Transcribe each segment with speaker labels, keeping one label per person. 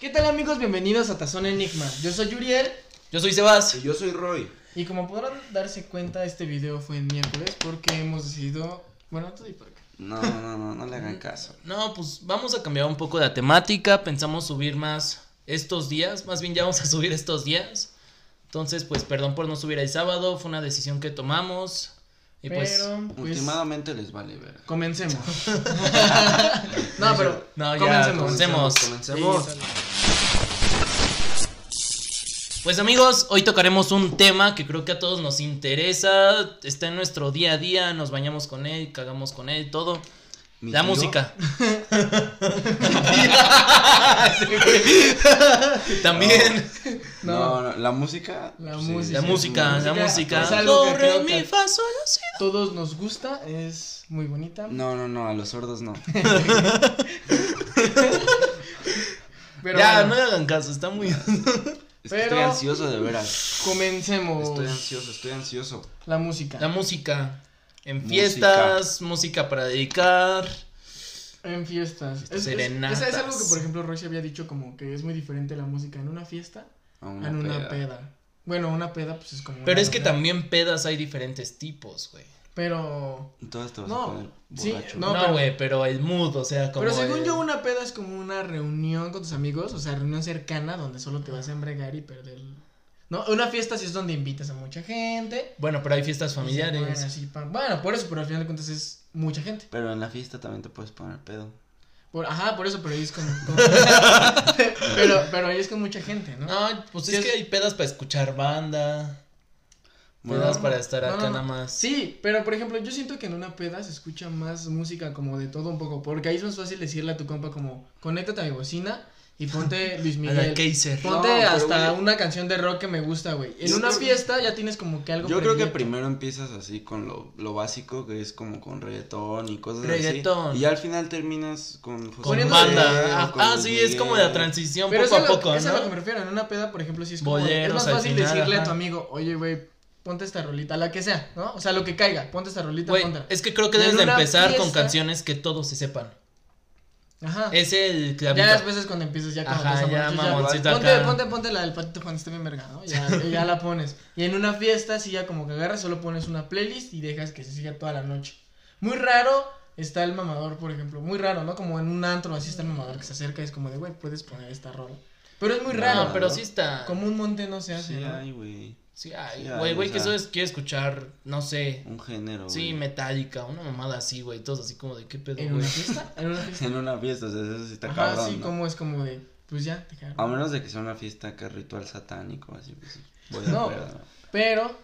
Speaker 1: ¿Qué tal amigos? Bienvenidos a Tazón Enigma. Yo soy Yuriel
Speaker 2: Yo soy Sebas.
Speaker 3: Y yo soy Roy.
Speaker 1: y como podrán darse cuenta este video fue en miércoles porque hemos decidido... Bueno, tú di por qué.
Speaker 3: No, no, no, no le hagan caso.
Speaker 2: No, pues vamos a cambiar un poco la temática. Pensamos subir más estos días. Más bien ya vamos a subir estos días. Entonces, pues perdón por no subir el sábado. Fue una decisión que tomamos. Y pues.
Speaker 1: Pero, pues,
Speaker 3: Últimamente les vale ver.
Speaker 1: comencemos. no, pero
Speaker 2: No, ya,
Speaker 1: comencemos.
Speaker 2: comencemos.
Speaker 3: Comencemos.
Speaker 2: Pues amigos, hoy tocaremos un tema que creo que a todos nos interesa. Está en nuestro día a día. Nos bañamos con él, cagamos con él, todo.
Speaker 3: Mi
Speaker 2: la
Speaker 3: tío,
Speaker 2: música. También.
Speaker 1: No.
Speaker 3: No, no, la música. pues,
Speaker 1: La
Speaker 3: sí,
Speaker 1: música.
Speaker 2: La
Speaker 3: sí,
Speaker 2: música,
Speaker 3: sí.
Speaker 2: la música.
Speaker 1: es algo que
Speaker 2: Do,
Speaker 1: creo
Speaker 2: re,
Speaker 1: que-
Speaker 2: mi, fa, sol, la, si.
Speaker 1: Todos nos gusta, es muy bonita.
Speaker 3: No, no, no, a los sordos no.
Speaker 1: Pero
Speaker 2: ya,
Speaker 1: bueno,
Speaker 2: no le hagan caso, está muy.
Speaker 3: Es que
Speaker 1: Pero- pues,
Speaker 3: estoy ansioso de veras.
Speaker 1: comencemos
Speaker 3: Estoy ansioso, estoy ansioso.
Speaker 1: la música.
Speaker 2: La música. En
Speaker 3: Música.
Speaker 2: fiestas, música para dedicar.
Speaker 1: En fiestas.
Speaker 2: Fiestas
Speaker 1: Es- es-
Speaker 2: serenatas.
Speaker 1: esa es algo que, por ejemplo, Roy se había dicho como que es muy diferente la música en una fiesta
Speaker 3: A
Speaker 1: a en una peda. Bueno, una peda pues es como...
Speaker 2: Pero
Speaker 1: una
Speaker 2: es que
Speaker 1: peda.
Speaker 2: también pedas hay diferentes tipos, güey.
Speaker 1: Pero...
Speaker 3: Entonces te vas
Speaker 1: No,
Speaker 3: a poner
Speaker 1: sí,
Speaker 3: borracho.
Speaker 1: No,
Speaker 2: No,
Speaker 1: pero-
Speaker 2: güey, pero... el mood, o sea, como.
Speaker 1: Pero según
Speaker 2: el-
Speaker 1: yo, una peda es como una reunión con tus amigos, o sea, reunión cercana donde solo te vas a embregar y perder... No, una fiesta sí es donde invitas a mucha gente.
Speaker 2: Bueno, pero hay fiestas
Speaker 1: Y se ponen
Speaker 2: familiares.
Speaker 1: así, pam. Bueno, por eso, pero al final de cuentas es mucha gente.
Speaker 3: Pero en la fiesta también te puedes poner pedo.
Speaker 1: Por, ajá, por eso, pero ahí es como... como- pero, pero ahí es con mucha gente, ¿no?
Speaker 2: No, pues
Speaker 1: Sí,
Speaker 2: es
Speaker 1: es-
Speaker 2: que hay pedas para escuchar banda.
Speaker 3: Bueno,
Speaker 2: pedas para estar
Speaker 1: No,
Speaker 2: acá
Speaker 1: no, no.
Speaker 2: nada más.
Speaker 1: Sí, pero por ejemplo, yo siento que en una peda se escucha más música como de todo un poco, porque ahí es más fácil decirle a tu compa como, conéctate a mi bocina y ponte Luis
Speaker 2: A la
Speaker 1: Miguel.
Speaker 2: Kaiser.
Speaker 3: No,
Speaker 1: Ponte
Speaker 3: pero
Speaker 1: hasta
Speaker 3: güey.
Speaker 1: una canción de rock que me gusta, güey. En
Speaker 3: Yo
Speaker 1: una
Speaker 3: creo-
Speaker 1: fiesta ya tienes como que algo
Speaker 3: Yo creo que
Speaker 1: predilecto.
Speaker 3: primero empiezas así con lo, lo básico, que es como con reggaetón y cosas
Speaker 2: Reggaetón.
Speaker 3: así. Y ya al final terminas con José
Speaker 2: Con
Speaker 1: Poniendo-
Speaker 3: José
Speaker 2: banda.
Speaker 3: o
Speaker 2: Ah,
Speaker 3: con
Speaker 2: ah,
Speaker 3: Luis
Speaker 2: sí, es como
Speaker 3: Miguel.
Speaker 2: la transición
Speaker 1: Pero
Speaker 2: poco
Speaker 1: eso
Speaker 2: a
Speaker 1: es lo-
Speaker 2: poco,
Speaker 1: eso es a lo que me
Speaker 2: ¿no?
Speaker 1: refiero, en una peda, por ejemplo, sí es como, es
Speaker 2: Boleros
Speaker 1: más
Speaker 2: al
Speaker 1: fácil
Speaker 2: final,
Speaker 1: decirle a tu
Speaker 2: ajá.
Speaker 1: amigo, oye, güey, ponte esta rolita, la que sea, ¿no? O sea, lo que caiga, ponte esta rolita,
Speaker 2: Güey,
Speaker 1: ponte.
Speaker 2: es que creo que
Speaker 1: En
Speaker 2: debes de
Speaker 1: una
Speaker 2: empezar con
Speaker 1: fiesta-
Speaker 2: canciones que todos se sepan.
Speaker 1: Ajá.
Speaker 2: Es el
Speaker 1: Ya
Speaker 2: clavito.
Speaker 1: las veces cuando empiezas ya como
Speaker 2: Ajá,
Speaker 1: que está
Speaker 2: ya,
Speaker 1: borracho,
Speaker 2: mamoncito
Speaker 1: Ponte,
Speaker 2: acá.
Speaker 1: ponte, ponte la del patito Juan esté bien verga, ¿no? Ya, ya la pones. Y en una fiesta, si ya como que agarras, solo pones una playlist y dejas que se siga toda la noche. Muy raro está el mamador, por ejemplo. Muy raro, ¿no? Como en un antro, así está el mamador que se acerca y es como de, güey, puedes poner esta rola. Pero es muy
Speaker 3: No,
Speaker 1: raro.
Speaker 2: No, pero sí está.
Speaker 1: Como un monte no se hace,
Speaker 3: Sí,
Speaker 1: ¿no?
Speaker 3: ay, güey.
Speaker 2: Sí, ay,
Speaker 3: Sí,
Speaker 2: güey,
Speaker 3: ay,
Speaker 2: güey,
Speaker 3: o
Speaker 2: que eso
Speaker 3: sea.
Speaker 2: es, quiere escuchar, no sé.
Speaker 3: Un género.
Speaker 2: Sí,
Speaker 3: güey.
Speaker 2: metálica, una mamada así, güey. Todos así como de qué pedo,
Speaker 1: En
Speaker 2: güey.
Speaker 1: una fiesta. En una fiesta.
Speaker 3: En una fiesta, o sea, eso sí está
Speaker 1: Ajá,
Speaker 3: cabrón.
Speaker 1: sí,
Speaker 3: ¿no?
Speaker 1: como es como de, pues ya, te cagaron.
Speaker 3: A menos de que sea una fiesta que ritual satánico, así pues. sí, Voy a
Speaker 1: No.
Speaker 3: ver,
Speaker 1: Pero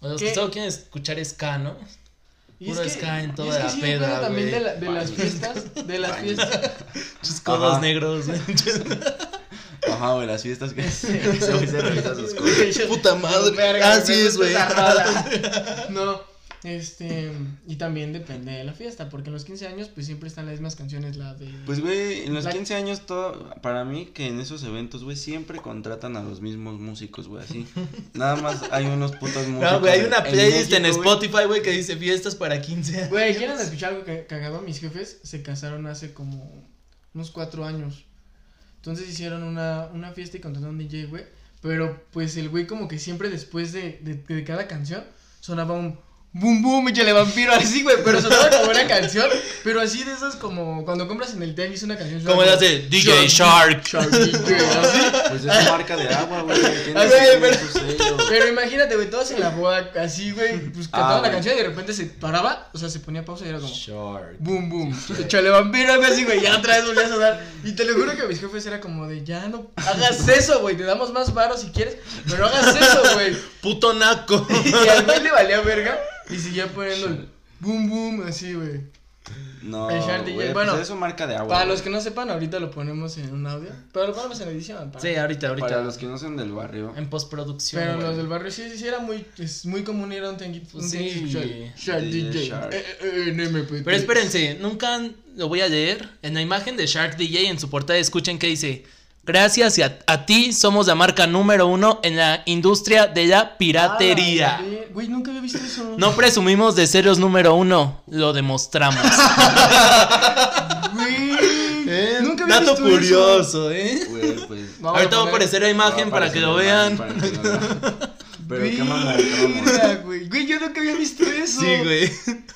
Speaker 2: O los
Speaker 1: ¿Qué?
Speaker 2: que solo quieren escuchar ska, ¿no?
Speaker 1: Y es
Speaker 2: Puro
Speaker 1: que-
Speaker 2: ska en
Speaker 1: y es
Speaker 2: toda
Speaker 1: que
Speaker 2: la
Speaker 1: sí,
Speaker 2: peda,
Speaker 1: pero también
Speaker 2: güey.
Speaker 1: de, la- de las
Speaker 3: Baño.
Speaker 1: fiestas, de las
Speaker 3: Baño.
Speaker 1: fiestas.
Speaker 2: Sus codos
Speaker 3: Ajá.
Speaker 2: negros, güey.
Speaker 3: Ajá, güey, las fiestas que se se realizan sus cosas.
Speaker 2: Puta madre.
Speaker 1: Verga,
Speaker 3: Ah,
Speaker 2: Así
Speaker 1: me
Speaker 2: es, güey.
Speaker 1: gusta esa rola. No, este, y también depende de la fiesta, porque en los 15 años pues siempre están las mismas canciones, la de
Speaker 3: Pues, güey, en los
Speaker 1: La-
Speaker 3: 15 años, todo, para mí, que en esos eventos, güey, siempre contratan a los mismos músicos, güey, así. Nada más hay unos putos músicos.
Speaker 2: No, güey, hay una
Speaker 3: en
Speaker 2: playlist en,
Speaker 3: México, güey.
Speaker 2: Spotify, güey, que dice fiestas para 15 años.
Speaker 1: Güey, ¿quieren escuchar algo ca- cagado? Mis jefes se casaron hace como unos cuatro años. Entonces hicieron una, una fiesta y contrataron un DJ, güey. Pero pues el güey como que siempre después de, de- de cada canción sonaba un boom boom y le vampiro así, güey. Pero sonaba como una canción. Pero así de esas como cuando compras en el tenis una canción. suena
Speaker 2: Como las de DJ Shark.
Speaker 1: Shark DJ, así.
Speaker 3: Pues es marca de agua, güey.
Speaker 1: Ah,
Speaker 3: Tiene
Speaker 1: güey,
Speaker 3: que
Speaker 1: pero-
Speaker 3: tener su sello.
Speaker 1: Pero imagínate, güey, todos en la boda así, güey. Pues
Speaker 3: Ah,
Speaker 1: cantaban la
Speaker 3: güey.
Speaker 1: canción y de repente se paraba. O sea, se ponía pausa y era como...
Speaker 2: Shark.
Speaker 1: Boom, boom. Chale vampiro, algo así, güey. Ya otra vez volvías a dar. Y te lo juro que mis jefes era como de, ya no hagas eso, güey. Te damos más varo si quieres, pero no hagas eso, güey.
Speaker 2: Puto naco.
Speaker 1: Y al güey le valía verga. Y seguía poniendo el boom, boom, así, güey.
Speaker 3: No,
Speaker 1: El Shark DJ,
Speaker 3: güey,
Speaker 1: bueno,
Speaker 3: pues es su marca
Speaker 2: Ah,
Speaker 3: de agua.
Speaker 1: Para los
Speaker 3: güey.
Speaker 1: que no sepan, ahorita lo ponemos en un audio. Pero lo ponemos en edición, para.
Speaker 2: Sí, ahorita, ahorita. Em-
Speaker 3: Para los que no sean del barrio.
Speaker 2: En postproducción.
Speaker 1: Pero los
Speaker 2: güey.
Speaker 1: del barrio sí, sí, sí, era muy, es muy común ir a un tianguis.
Speaker 2: Pues
Speaker 1: un
Speaker 2: sí.
Speaker 1: tianguis Shark- Shark
Speaker 3: DJ
Speaker 1: DJ.
Speaker 3: Shark.
Speaker 1: Eh, eh, eh, NMPT.
Speaker 2: Pero espérense, nunca han- lo voy a leer. En la imagen de Shark DJ en su portada, escuchen que dice: Gracias a, a ti somos la marca número uno en la industria de la piratería.
Speaker 1: Ah, güey, Güey, nunca había visto eso.
Speaker 2: No presumimos de ser los número uno, lo demostramos.
Speaker 1: Güey.
Speaker 2: Eh,
Speaker 1: Nunca
Speaker 2: Dato
Speaker 1: visto eso.
Speaker 2: curioso, ¿eh?
Speaker 3: Güey, pues.
Speaker 1: Vamos
Speaker 2: Ahorita va a
Speaker 1: poner-
Speaker 2: aparecer la imagen
Speaker 3: no,
Speaker 2: para que lo
Speaker 3: aparece,
Speaker 2: vean.
Speaker 3: para que lo vean. Pero qué mamón, qué mamón.
Speaker 1: Mira, güey. Güey, yo nunca había visto eso.
Speaker 2: Sí, güey.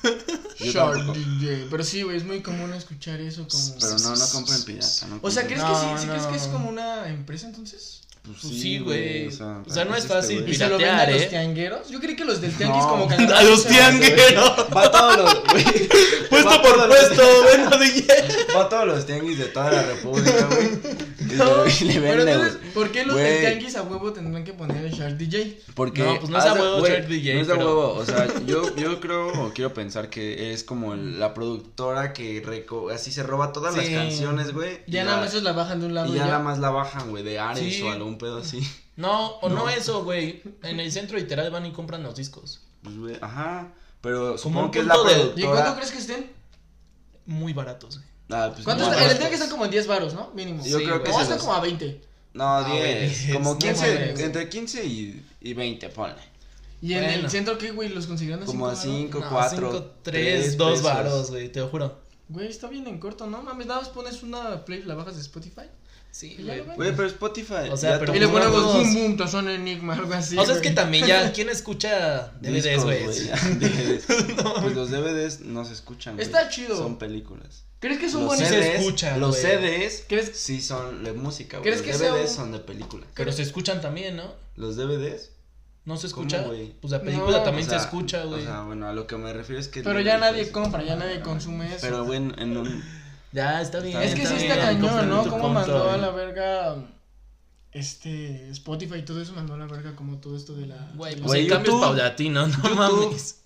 Speaker 3: Yo
Speaker 1: Shark
Speaker 3: tampoco.
Speaker 1: DJ. Pero sí, güey, es muy común escuchar eso como.
Speaker 3: Pero no, no compren pirata. No
Speaker 1: O sea,
Speaker 3: compren-
Speaker 1: ¿crees que sí?
Speaker 2: No,
Speaker 1: ¿Sí crees que es
Speaker 2: no.
Speaker 1: como una empresa entonces?
Speaker 3: Pues
Speaker 2: Pues sí, güey. O sea, no es
Speaker 3: este,
Speaker 2: fácil.
Speaker 1: ¿Y
Speaker 3: güey.
Speaker 1: se lo venden a
Speaker 2: Piratear,
Speaker 1: los
Speaker 2: ¿eh?
Speaker 1: tiangueros? Yo creí que los del tianguis
Speaker 3: No.
Speaker 1: como que-
Speaker 2: A los tiangueros.
Speaker 3: Va a todos los. güey, va
Speaker 2: Puesto
Speaker 3: a todos
Speaker 2: por
Speaker 3: los-
Speaker 2: puesto, bueno, DJ.
Speaker 3: Va a todos los tianguis de toda la república, güey. Y
Speaker 1: No,
Speaker 3: le- le
Speaker 1: pero
Speaker 3: venden,
Speaker 1: entonces,
Speaker 3: güey.
Speaker 1: ¿por qué los
Speaker 3: Güey.
Speaker 1: del tianguis a huevo tendrán que poner el Shark DJ?
Speaker 3: Porque
Speaker 2: No, pues no es a
Speaker 3: haz de-
Speaker 2: huevo
Speaker 3: güey,
Speaker 2: ser DJ,
Speaker 3: No es a
Speaker 2: pero-
Speaker 3: huevo, o sea, yo, yo creo o quiero pensar que es como el- la productora que reco así se roba todas las
Speaker 1: Sí.
Speaker 3: canciones, güey. y
Speaker 1: Ya
Speaker 3: la-
Speaker 1: nada más ellos la bajan de un lado.
Speaker 3: Y
Speaker 1: y
Speaker 3: ya
Speaker 1: ya.
Speaker 3: nada más la bajan, güey, de Ares
Speaker 2: Sí.
Speaker 3: o algún pedo así.
Speaker 2: No, o no, eso, güey. En el centro literal van y compran los discos.
Speaker 3: Pues, güey, ajá. Pero
Speaker 2: Como un
Speaker 3: supongo que es la
Speaker 2: punto de-
Speaker 1: ¿Y en cuánto
Speaker 3: productora.
Speaker 1: crees que estén?
Speaker 2: Muy baratos, güey.
Speaker 3: Ah, pues,
Speaker 1: ¿Cuántos?
Speaker 3: no,
Speaker 1: en
Speaker 2: Muy
Speaker 1: el
Speaker 2: baratos.
Speaker 1: tianguis están como en 10 varos, ¿no? Mínimo.
Speaker 3: Yo
Speaker 2: Sí,
Speaker 3: creo que
Speaker 2: güey.
Speaker 1: o
Speaker 3: se
Speaker 1: hasta
Speaker 3: los-
Speaker 1: como a Ah, 20.
Speaker 3: No,
Speaker 2: No,
Speaker 3: 10.
Speaker 2: güey,
Speaker 3: Como
Speaker 2: no
Speaker 3: 15,
Speaker 1: mames.
Speaker 3: entre 15 y, y 20, ponle.
Speaker 1: ¿Y en
Speaker 2: Bueno.
Speaker 1: el centro qué, güey? ¿Los conseguirán así?
Speaker 3: Como a 5,
Speaker 2: No,
Speaker 3: 4,
Speaker 2: cinco,
Speaker 3: 3,
Speaker 2: tres, dos varos, güey, te lo juro.
Speaker 1: Güey, está bien en corto, ¿no? Mames, nada más pones una play y la bajas de Spotify.
Speaker 2: Sí,
Speaker 1: Ya
Speaker 2: güey.
Speaker 1: lo ven.
Speaker 3: Güey, pero Spotify.
Speaker 2: O sea,
Speaker 3: ya
Speaker 2: pero
Speaker 1: y
Speaker 3: tomó
Speaker 1: le
Speaker 2: pues,
Speaker 3: una-
Speaker 1: ponemos
Speaker 2: vamos.
Speaker 1: boom, boom, tazón enigma, algo así.
Speaker 2: O sea, es que
Speaker 1: güey.
Speaker 2: también ya, ¿quién escucha DVDs,
Speaker 3: discos,
Speaker 2: güey?
Speaker 3: ya, DVDs. Pues los DVDs no se escuchan. güey.
Speaker 1: Está chido.
Speaker 3: Son películas.
Speaker 1: ¿Crees que es un
Speaker 3: Los
Speaker 1: buen
Speaker 2: sí se
Speaker 3: CDs,
Speaker 2: escuchan,
Speaker 3: los
Speaker 2: güey.
Speaker 3: CDs
Speaker 1: ¿Crees-
Speaker 3: sí son de música, güey.
Speaker 1: ¿Crees
Speaker 3: Los
Speaker 1: que sea
Speaker 3: DVDs
Speaker 1: un-
Speaker 3: son de películas.
Speaker 2: Pero se escuchan también, ¿no?
Speaker 3: Los DVDs.
Speaker 2: ¿No se
Speaker 3: ¿Cómo,
Speaker 2: escucha?
Speaker 3: güey?
Speaker 2: Pues la película
Speaker 1: No,
Speaker 2: también
Speaker 3: o sea,
Speaker 2: se escucha, güey.
Speaker 3: O sea, bueno, a lo que me refiero es que.
Speaker 1: Pero
Speaker 3: los
Speaker 1: ya
Speaker 3: DVDs
Speaker 1: nadie
Speaker 3: se
Speaker 1: compra, ya
Speaker 3: escuchan,
Speaker 1: nadie
Speaker 3: güey.
Speaker 1: consume eso.
Speaker 3: Pero bueno, en un.
Speaker 2: ya, está bien.
Speaker 1: Es que sí
Speaker 2: bien,
Speaker 1: está cañón,
Speaker 2: comprendo
Speaker 1: ¿no?
Speaker 2: tu
Speaker 1: Cómo
Speaker 2: punto,
Speaker 1: mandó a
Speaker 2: güey.
Speaker 1: la verga este Spotify y todo eso mandó a la verga como todo esto de la
Speaker 2: Güey,
Speaker 1: de
Speaker 2: pues
Speaker 1: la-
Speaker 3: Güey,
Speaker 2: el cambio es
Speaker 3: YouTube.
Speaker 2: paulatino, no
Speaker 3: YouTube.
Speaker 2: mames.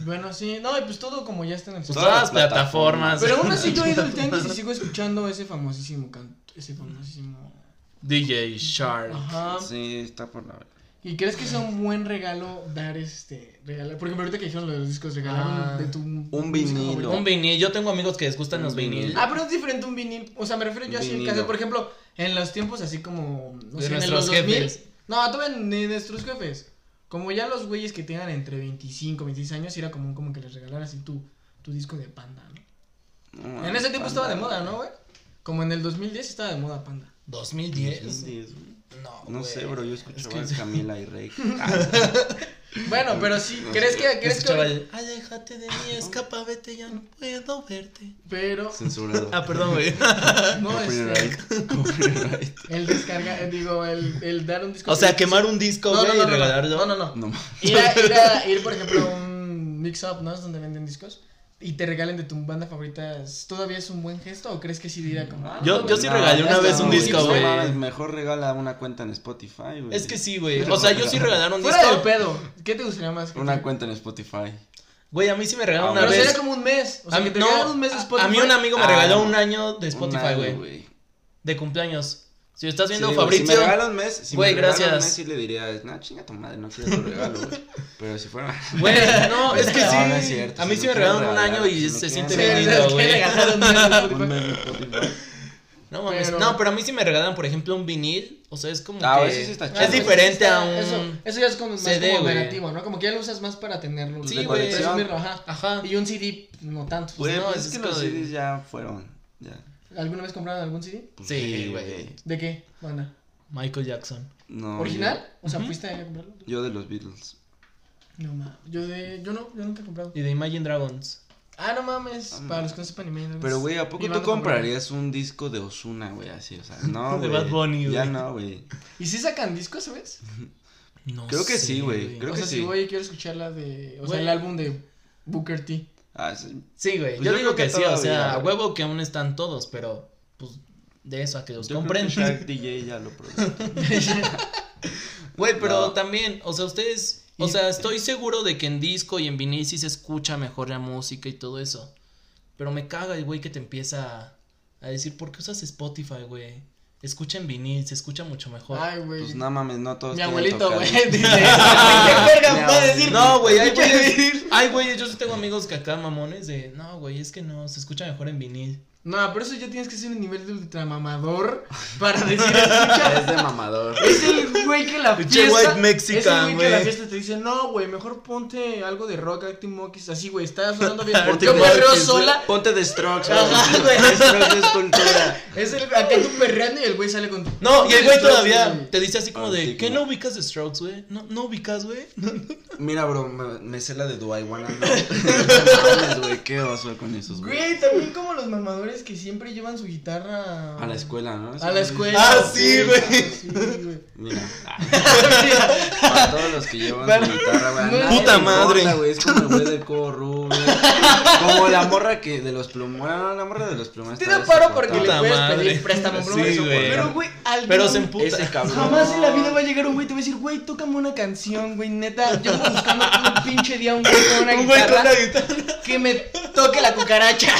Speaker 1: Bueno, sí, no, y pues todo como ya está en el
Speaker 2: Pues
Speaker 1: sistema.
Speaker 2: todas las
Speaker 3: Todas las
Speaker 2: plataformas.
Speaker 3: plataformas.
Speaker 1: Pero aún así yo he ido al tianguis y sigo escuchando ese famosísimo canto, ese famosísimo.
Speaker 2: DJ Shark.
Speaker 1: Ajá.
Speaker 3: Sí, está por la.
Speaker 1: ¿Y crees que sea un buen regalo dar este regalar? Por ejemplo, ahorita que dijeron lo de los discos regalaron
Speaker 2: Ah,
Speaker 1: de tu
Speaker 3: un
Speaker 1: disco
Speaker 3: vinilo.
Speaker 1: favorito.
Speaker 2: Un vinil. Yo tengo amigos que les gustan
Speaker 3: Mm.
Speaker 2: los vinil.
Speaker 1: Ah, pero es diferente un vinil. O sea, me refiero yo así el
Speaker 3: Vinilo.
Speaker 1: cassette. Por ejemplo, en los tiempos así como. No
Speaker 2: De
Speaker 1: sé,
Speaker 2: nuestros
Speaker 1: pues en los 2000,
Speaker 2: jefes.
Speaker 1: No, todavía ni de nuestros jefes. Como ya los güeyes que tengan entre 25, 26 años, era común como que les regalaran así tu, tu disco de panda, ¿no?
Speaker 3: No,
Speaker 1: en ese tiempo
Speaker 3: Ah, panda,
Speaker 1: estaba de moda, ¿no, güey? Como en el 2010 estaba de moda panda.
Speaker 2: 2010.
Speaker 3: 2010, güey.
Speaker 2: No,
Speaker 3: No
Speaker 2: güey.
Speaker 3: sé, bro, yo
Speaker 2: Es
Speaker 3: escuchaba
Speaker 2: que-
Speaker 3: a Camila y Rey.
Speaker 1: Bueno, pero sí,
Speaker 3: No
Speaker 1: ¿crees
Speaker 3: sé,
Speaker 1: que,
Speaker 2: Yo
Speaker 1: crees que
Speaker 2: escuchaba el, Aléjate "Ah, de mí, escapa, vete, ya no puedo verte.
Speaker 1: pero
Speaker 3: Censurado.
Speaker 2: Ah, perdón, güey.
Speaker 1: no este,
Speaker 3: Copyright. Copyright.
Speaker 1: el descarga, eh, digo, el, el dar un disco.
Speaker 2: O sea,
Speaker 1: que
Speaker 2: quemar un disco,
Speaker 1: no,
Speaker 2: güey,
Speaker 1: no,
Speaker 2: y
Speaker 1: no, no, no,
Speaker 2: regalarlo.
Speaker 1: no, no.
Speaker 3: No mames.
Speaker 1: Ir, a- ir a- ir, por ejemplo, a un mix-up, ¿no? Es donde venden discos. Y te regalen de tu banda favorita. ¿Todavía es un buen gesto o crees que sí dirá como... ah,
Speaker 2: Yo- yo sí regalé una
Speaker 1: no,
Speaker 2: vez un
Speaker 1: güey,
Speaker 2: disco,
Speaker 1: no
Speaker 2: güey.
Speaker 3: mames, Mejor regala una cuenta en Spotify, güey.
Speaker 2: Es que sí, güey. O sea, yo sí regalaron un
Speaker 1: Fuera del
Speaker 2: disco.
Speaker 1: pedo. ¿Qué te gustaría más? que
Speaker 3: Una
Speaker 1: te-
Speaker 3: cuenta en Spotify.
Speaker 2: Güey, a mí sí me regalaron
Speaker 3: Ah,
Speaker 2: una
Speaker 1: Pero
Speaker 2: vez.
Speaker 1: sería como un mes. O
Speaker 2: a,
Speaker 1: sea,
Speaker 2: mí,
Speaker 1: que te
Speaker 2: no,
Speaker 1: regalen un mes de
Speaker 2: a-
Speaker 1: Spotify.
Speaker 2: a mí un amigo me
Speaker 3: Ah,
Speaker 2: regaló un año de
Speaker 3: Un
Speaker 2: Spotify,
Speaker 3: año,
Speaker 2: güey. De cumpleaños. Si lo estás
Speaker 3: Sí,
Speaker 2: viendo,
Speaker 3: güey,
Speaker 2: Fabrizio.
Speaker 3: Si me regala un mes, si
Speaker 2: Güey,
Speaker 3: me regala
Speaker 2: gracias.
Speaker 3: un mes, sí le diría, no, chinga tu madre, no quiero tu regalo, güey. Pero si fuera.
Speaker 2: Güey, no, es que
Speaker 3: No,
Speaker 2: sí.
Speaker 3: no es cierto,
Speaker 2: a mí
Speaker 3: si
Speaker 2: sí
Speaker 3: no
Speaker 2: me regalaron
Speaker 3: quieren
Speaker 2: un año
Speaker 3: regalar,
Speaker 2: y
Speaker 3: si no
Speaker 2: se
Speaker 3: quieren
Speaker 2: siente
Speaker 1: Sí, ¿sabes
Speaker 3: regalar.
Speaker 2: vendido,
Speaker 1: qué?
Speaker 2: güey.
Speaker 1: Regalaron un mes
Speaker 2: Pues
Speaker 1: de
Speaker 3: Un
Speaker 1: Spotify.
Speaker 3: mes en Spotify.
Speaker 2: No mames.
Speaker 1: Pero-
Speaker 2: No, pero a mí sí me regalan, por ejemplo, un vinil. O sea, es como.
Speaker 3: Ah,
Speaker 2: que
Speaker 3: eso sí está
Speaker 1: Ah,
Speaker 3: chido.
Speaker 2: Es
Speaker 1: pues,
Speaker 2: diferente
Speaker 1: está-
Speaker 2: a un.
Speaker 1: Eso, eso ya es como más
Speaker 2: CD,
Speaker 1: como
Speaker 2: güey.
Speaker 1: operativo, ¿no? Como que ya lo usas más para tenerlo.
Speaker 2: Sí,
Speaker 1: para
Speaker 2: güey.
Speaker 1: presumirlo, ajá.
Speaker 2: Ajá.
Speaker 1: Y un CD, no tanto.
Speaker 3: Güey,
Speaker 2: no,
Speaker 3: pues
Speaker 2: es
Speaker 3: es que
Speaker 2: disco
Speaker 3: los
Speaker 2: de-
Speaker 3: CDs ya fueron. Ya.
Speaker 1: ¿Alguna vez compraron algún CD?
Speaker 3: Pues
Speaker 2: Sí, güey.
Speaker 1: ¿De qué? Banda.
Speaker 2: Michael Jackson.
Speaker 3: No,
Speaker 1: ¿Original? O sea,
Speaker 2: Ujú.
Speaker 1: ¿fuiste a comprarlo?
Speaker 3: Yo, yo de los Beatles.
Speaker 1: No mames. Yo de. Yo no, yo nunca he comprado.
Speaker 2: Y de Imagine Dragons.
Speaker 1: Ah, no mames.
Speaker 3: Ah, no.
Speaker 1: Para los que no sepan anime.
Speaker 2: Pues,
Speaker 1: no
Speaker 3: Pero,
Speaker 1: mames.
Speaker 3: güey, ¿a poco
Speaker 1: Mi
Speaker 3: tú
Speaker 1: banda favorita.
Speaker 3: comprarías un disco de Osuna, güey? Así, o sea, no,
Speaker 2: De
Speaker 3: güey.
Speaker 2: Bad Bunny,
Speaker 3: Ya
Speaker 2: güey.
Speaker 3: no, güey.
Speaker 1: ¿Y si sacan discos, sabes?
Speaker 2: No
Speaker 3: Creo que
Speaker 2: sé,
Speaker 3: sí, güey. Creo
Speaker 1: o
Speaker 3: que
Speaker 1: sea, si
Speaker 3: sí.
Speaker 1: voy y quiero escuchar la de. O sea,
Speaker 2: Güey.
Speaker 1: el álbum de Booker T.
Speaker 3: Ah, sí.
Speaker 2: Sí, güey.
Speaker 3: Pues
Speaker 2: yo,
Speaker 3: yo
Speaker 2: digo
Speaker 3: creo que
Speaker 2: que, sí, o sea,
Speaker 3: todavía.
Speaker 2: a huevo que aún están todos, pero pues de eso a que los
Speaker 3: Yo creo
Speaker 2: Pues compren.
Speaker 3: que Shaq DJ ya lo produjo.
Speaker 2: Güey, pero
Speaker 3: No.
Speaker 2: también, o sea, ustedes, o
Speaker 1: Y-
Speaker 2: sea, estoy seguro de que en disco y en vinil sí se escucha mejor la música y todo eso. Pero me caga el güey que te empieza a, a decir, ¿por qué usas Spotify, güey? Escucha en vinil, se escucha mucho mejor.
Speaker 1: Ay, güey.
Speaker 3: Pues no mames, no todos
Speaker 1: Mi
Speaker 3: tienen
Speaker 1: abuelito, güey.
Speaker 3: tocadiscos.
Speaker 1: Dice.
Speaker 2: Ah,
Speaker 1: "Ay, ¿Qué
Speaker 3: mi
Speaker 1: verga va a decir?
Speaker 2: No, güey, hay
Speaker 1: ¿Qué
Speaker 2: güeyes,
Speaker 1: decir?
Speaker 2: hay güeyes, yo sí tengo amigos que acá mamones de, no, güey, es que no, se escucha mejor en vinil.
Speaker 1: No, pero eso ya tienes que ser un nivel de ultramamador para decir, escucha.
Speaker 4: Es de mamador.
Speaker 1: Es el güey que la
Speaker 2: Pinche
Speaker 1: fiesta.
Speaker 2: white mexican,
Speaker 1: es el güey que la
Speaker 2: güey.
Speaker 1: fiesta te dice, no, güey, mejor ponte algo de rock, Acting Monkeys, así, güey, estás hablando bien. ¿Por
Speaker 3: Ponte
Speaker 1: qué me
Speaker 3: Monkeys,
Speaker 1: veo
Speaker 3: güey.
Speaker 1: sola?
Speaker 3: Ponte de Strokes, güey.
Speaker 1: Ajá, güey.
Speaker 3: The Strokes es cultura.
Speaker 1: Es el acá tú perreando y el güey sale con tu-
Speaker 2: No, y el güey
Speaker 1: Entonces,
Speaker 2: todavía
Speaker 1: güey,
Speaker 2: te dice así como de,
Speaker 3: Antigua.
Speaker 2: ¿qué no ubicas de Strokes, güey? No, no ubicas, güey. No, no.
Speaker 3: Mira, bro, me, me sé la de Do I Wanna Know. No mames, güey, qué oso con esos, güey.
Speaker 1: Güey, también como los mamadores que siempre llevan su guitarra
Speaker 3: A la escuela, ¿no?
Speaker 1: A la escuela.
Speaker 2: Ah, sí, güey.
Speaker 1: Sí, güey.
Speaker 3: Mira. Para todos los que llevan su guitarra, güey. a
Speaker 1: No,
Speaker 3: nadie
Speaker 2: puta
Speaker 3: le importa,
Speaker 2: madre.
Speaker 3: güey, es como el güey del codo rubio. Como la morra que de los plumones. Bueno, la morra de los plumones.
Speaker 1: Te
Speaker 3: estaba
Speaker 1: da paro porque le
Speaker 2: Puta
Speaker 3: insoportable.
Speaker 1: puedes
Speaker 2: madre.
Speaker 1: pedir préstamo, bro.
Speaker 2: Sí,
Speaker 1: eso,
Speaker 2: güey.
Speaker 1: Pero, güey, alguien.
Speaker 2: Pero se emputa.
Speaker 3: Ese cabrón.
Speaker 1: Jamás en la vida va a llegar un güey y te va a decir, güey, tócame una canción, güey, neta. Yo buscando un pinche día un güey con una
Speaker 2: Un güey con
Speaker 1: guitarra
Speaker 2: la guitarra.
Speaker 1: que me toque la cucaracha.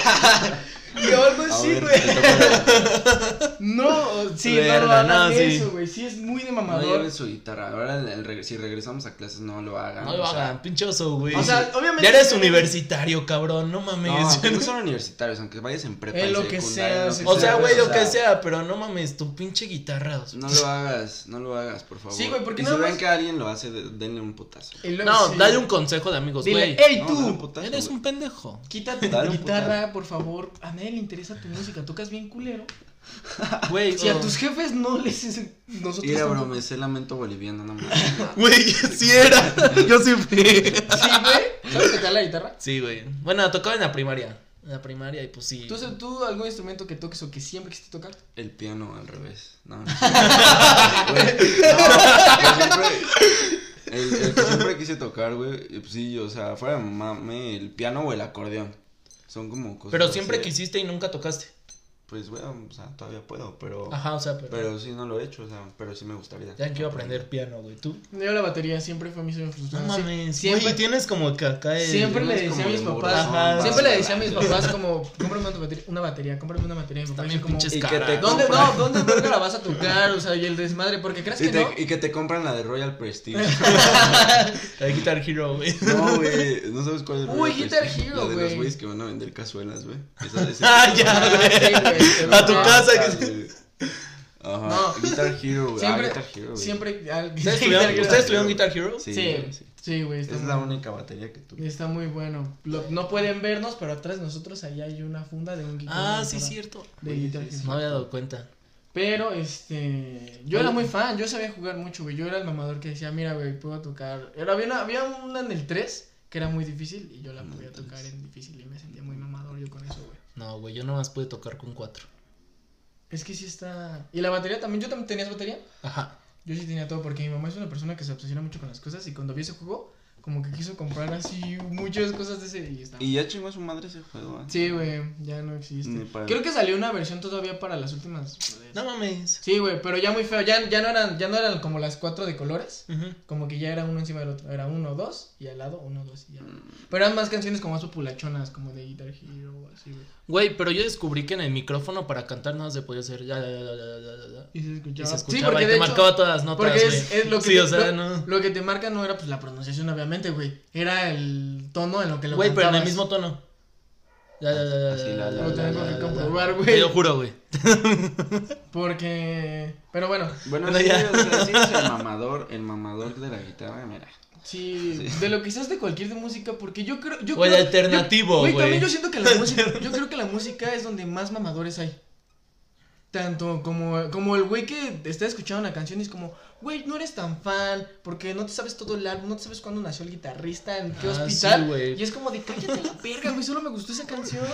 Speaker 1: Y algo
Speaker 3: A
Speaker 1: así,
Speaker 3: ver,
Speaker 1: güey.
Speaker 3: te toca la-
Speaker 1: No, sí, no,
Speaker 2: Verga,
Speaker 1: no, hagan
Speaker 2: no, sí.
Speaker 1: eso, güey. Sí, es muy de
Speaker 3: No
Speaker 1: mamador.
Speaker 3: lleven su guitarra. Ahora, el- el reg- si regresamos a clases, no lo hagan.
Speaker 2: No lo
Speaker 3: o sea,
Speaker 2: hagan, pinchoso, güey.
Speaker 1: o sea, obviamente-
Speaker 2: Ya eres universitario, cabrón, no
Speaker 3: No,
Speaker 2: mames.
Speaker 3: aunque no son universitarios, aunque vayas en prepa.
Speaker 1: Eh,
Speaker 3: en
Speaker 1: lo que
Speaker 3: secundaria,
Speaker 1: sea,
Speaker 3: lo
Speaker 1: sí,
Speaker 2: o sea, güey, lo
Speaker 3: o
Speaker 2: que sea, pero no mames, tu pinche guitarra. o sea.
Speaker 3: No lo hagas, no lo hagas, por favor.
Speaker 1: Sí, güey, porque
Speaker 3: Y si
Speaker 1: nada
Speaker 3: ven
Speaker 1: más-
Speaker 3: que alguien lo hace, de- denle un putazo.
Speaker 1: Y luego,
Speaker 2: No,
Speaker 1: sí.
Speaker 2: dale un consejo de amigos,
Speaker 1: Dile, "Eh,
Speaker 2: güey.
Speaker 1: hey,
Speaker 3: No,
Speaker 1: tú.
Speaker 3: dale un putazo,
Speaker 2: Eres
Speaker 3: güey.
Speaker 2: un pendejo.
Speaker 1: Quítate
Speaker 3: Dale
Speaker 1: tu
Speaker 3: un
Speaker 1: guitarra, por favor. A nadie le interesa tu música, tocas bien culero.
Speaker 2: Güey,
Speaker 1: Si a
Speaker 2: o-
Speaker 1: tus jefes no les es- nosotros
Speaker 3: Mira, bro,
Speaker 1: tampoco.
Speaker 3: me sé lamento boliviano, no mames.
Speaker 2: Güey, sí era. Yo sí fui.
Speaker 1: Sí, güey. ¿Sabes tocar la guitarra?
Speaker 2: Sí, güey. Bueno, tocaba en la primaria. En la primaria, y pues sí.
Speaker 1: ¿Tú, tú algún instrumento que toques o que siempre quisiste tocar?
Speaker 3: El piano al revés. No, no. sé. Güey, no, yo siempre- el, el que siempre quise tocar, güey. y Pues sí, o sea, fuera de mame, el piano o el acordeón. Son como cosas.
Speaker 2: Pero siempre
Speaker 3: así.
Speaker 2: quisiste y nunca tocaste.
Speaker 3: Pues, güey, o sea, todavía puedo, pero.
Speaker 2: Ajá, o sea, Oh. pero.
Speaker 3: Pero sí, no lo he hecho, o sea, pero sí me gustaría.
Speaker 2: ya quiero aprender piano, güey. ¿Tú?
Speaker 1: Yo la batería siempre fue mi sueño
Speaker 2: No
Speaker 1: frustrado. Sie-
Speaker 2: mames.
Speaker 1: siempre-
Speaker 2: Siempre tienes como que acá el-
Speaker 1: Siempre le
Speaker 3: Es
Speaker 1: decía a
Speaker 3: como
Speaker 1: mis
Speaker 3: de
Speaker 1: papás,
Speaker 2: morro, Ajá.
Speaker 1: siempre le
Speaker 3: vas
Speaker 1: decía a mis papás como, cómprame una batería, una batería, cómprame una batería. Y mi papá
Speaker 2: También
Speaker 1: decía como,
Speaker 2: pinches
Speaker 3: Y que
Speaker 2: caras.
Speaker 3: te
Speaker 1: ¿dónde,
Speaker 3: compras.
Speaker 1: no, ¿dónde verga la vas a tocar? O sea, y el desmadre, porque crees
Speaker 3: Y
Speaker 1: que
Speaker 3: te-
Speaker 1: no.
Speaker 3: y que te compran la de Royal Prestige.
Speaker 2: La de Guitar Hero, güey.
Speaker 3: No, güey, no sabes cuál es.
Speaker 1: Uy,
Speaker 3: Royal
Speaker 1: Guitar
Speaker 3: Prestige,
Speaker 1: Hero,
Speaker 3: La de los
Speaker 1: güey.
Speaker 3: güeyes que van a vender cazuelas, güey. Esa- ese-
Speaker 2: Ah, ya,
Speaker 1: Ah, sí, güey,
Speaker 2: güey. A tu
Speaker 1: no,
Speaker 2: casa. que-
Speaker 3: güey. Ah, Ajá.
Speaker 1: No.
Speaker 3: Guitar Hero, güey. Ah,
Speaker 1: Siempre,
Speaker 3: Guitar Hero, güey.
Speaker 1: siempre. al-
Speaker 2: ¿Ustedes tuvieron,
Speaker 1: Guitar
Speaker 2: ¿Ustedes
Speaker 1: Hero.
Speaker 2: tuvieron Guitar Hero?
Speaker 3: Sí, güey,
Speaker 1: Sí,
Speaker 3: sí.
Speaker 1: sí, güey. está
Speaker 3: Es
Speaker 1: muy-
Speaker 3: la única batería que tuve.
Speaker 1: Está muy bueno. Lo- no pueden vernos, pero atrás de nosotros ahí hay una funda de un
Speaker 2: Ah,
Speaker 1: de
Speaker 2: sí,
Speaker 1: guitarra-
Speaker 2: cierto.
Speaker 1: De
Speaker 3: Oye,
Speaker 1: Guitar
Speaker 3: sí,
Speaker 1: Hero.
Speaker 2: No había dado cuenta.
Speaker 1: Pero este, yo era muy fan, yo sabía jugar mucho, güey. Yo era el mamador que decía, mira, güey, puedo tocar. Era, había, una, había una en el 3 que era muy difícil y yo la podía tocar en difícil y me sentía muy mamador yo con eso, güey.
Speaker 2: No, güey, yo nomás pude tocar con cuatro.
Speaker 1: Es que sí está. Y la batería también, yo también tenías batería.
Speaker 2: Ajá.
Speaker 1: Yo sí tenía todo porque mi mamá es una persona que se obsesiona mucho con las cosas y cuando vio ese juego, como que quiso comprar así muchas cosas de ese y estaba.
Speaker 3: Y ya chingó a su madre ese juego, ¿eh?
Speaker 1: Sí, güey, ya no existe.
Speaker 3: Ni para-
Speaker 1: Creo que salió una versión todavía para las últimas.
Speaker 2: No mames.
Speaker 1: Sí, güey, pero ya muy feo, ya, ya no eran, ya no eran como las cuatro de colores.
Speaker 2: Ujú.
Speaker 1: Como que ya era uno encima del otro. Era uno, dos, y al lado, uno, dos, y ya.
Speaker 3: Mm.
Speaker 1: Pero eran más canciones como más populachonas, como de Guitar Hero o así, güey.
Speaker 2: Güey, pero yo descubrí que en el micrófono para cantar nada se podía hacer. Ya, ya, ya, ya, ya, ya, ya.
Speaker 1: Y se escuchaba.
Speaker 2: Y
Speaker 1: sí,
Speaker 2: se escuchaba
Speaker 1: porque
Speaker 2: y
Speaker 1: de
Speaker 2: te
Speaker 1: hecho,
Speaker 2: marcaba todas las notas.
Speaker 1: Porque es,
Speaker 2: güey.
Speaker 1: es lo que
Speaker 2: Sí,
Speaker 1: te,
Speaker 2: o sea,
Speaker 1: lo,
Speaker 2: no.
Speaker 1: lo que te marca no era pues la pronunciación, obviamente, güey. Era el tono en lo que lo
Speaker 2: Güey, pero en el
Speaker 1: cantabas.
Speaker 2: mismo tono. Ya, ya, ya, ya,
Speaker 3: Así,
Speaker 2: ya,
Speaker 3: la,
Speaker 2: ya,
Speaker 3: la,
Speaker 2: ya,
Speaker 1: Lo
Speaker 2: ya,
Speaker 1: tengo
Speaker 2: ya,
Speaker 1: que
Speaker 2: ya, ya.
Speaker 1: comprobar,
Speaker 2: Te
Speaker 1: güey.
Speaker 2: lo juro, güey.
Speaker 1: Porque. Pero bueno,
Speaker 3: Bueno,
Speaker 2: Bueno,
Speaker 3: sí,
Speaker 2: ya.
Speaker 3: o sea, sí es el mamador, el mamador de la guitarra, mira.
Speaker 1: Sí, de lo que seas de cualquier de música, porque yo creo, yo
Speaker 2: O el
Speaker 1: creo-
Speaker 2: alternativo,
Speaker 1: yo-
Speaker 2: güey.
Speaker 1: también yo siento que la música, yo creo que la música es donde más mamadores hay. Tanto como, como el güey que está escuchando una canción y es como, güey, no eres tan fan, porque no te sabes todo el álbum, no te sabes cuándo nació el guitarrista, en qué
Speaker 2: Ah, sí,
Speaker 1: hospital.
Speaker 2: güey.
Speaker 1: y es como de cállate la verga, güey, solo me gustó esa canción.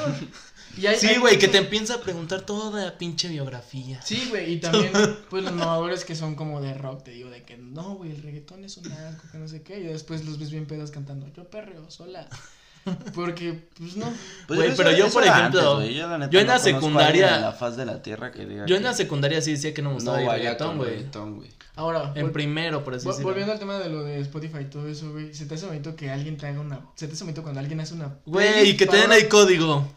Speaker 1: Y hay-
Speaker 2: Sí,
Speaker 1: hay
Speaker 2: güey, que
Speaker 1: mucho-
Speaker 2: te empieza a preguntar toda la pinche biografía.
Speaker 1: Sí, güey, y también, pues, los mamadores que son como de rock, te digo, de que no, güey, el reggaetón es un asco, que no sé qué, y después los ves bien pedos cantando, yo perreo sola. Porque, pues, no.
Speaker 2: Güey,
Speaker 3: eso-
Speaker 2: pero yo,
Speaker 3: eso
Speaker 2: por
Speaker 3: era
Speaker 2: ejemplo,
Speaker 3: güey, la neta
Speaker 2: yo en
Speaker 3: no
Speaker 2: la
Speaker 3: conozco a alguien
Speaker 2: secundaria-
Speaker 3: En la faz de la tierra que diga
Speaker 2: Yo en
Speaker 3: que
Speaker 2: la secundaria sí decía que no me
Speaker 3: no
Speaker 2: gustaba el
Speaker 3: vaya
Speaker 2: reggaetón,
Speaker 3: con
Speaker 2: güey. Pues
Speaker 3: reggaetón, güey.
Speaker 1: Ahora,
Speaker 2: En
Speaker 1: vol-
Speaker 2: primero, por así
Speaker 1: vol- volviendo
Speaker 2: decirlo.
Speaker 1: al tema de lo de Spotify y todo eso, güey, se te hace bonito que alguien te haga una, se te hace bonito cuando alguien hace una.
Speaker 2: Güey, y
Speaker 1: playlist
Speaker 2: que te den
Speaker 1: para-
Speaker 2: ahí código.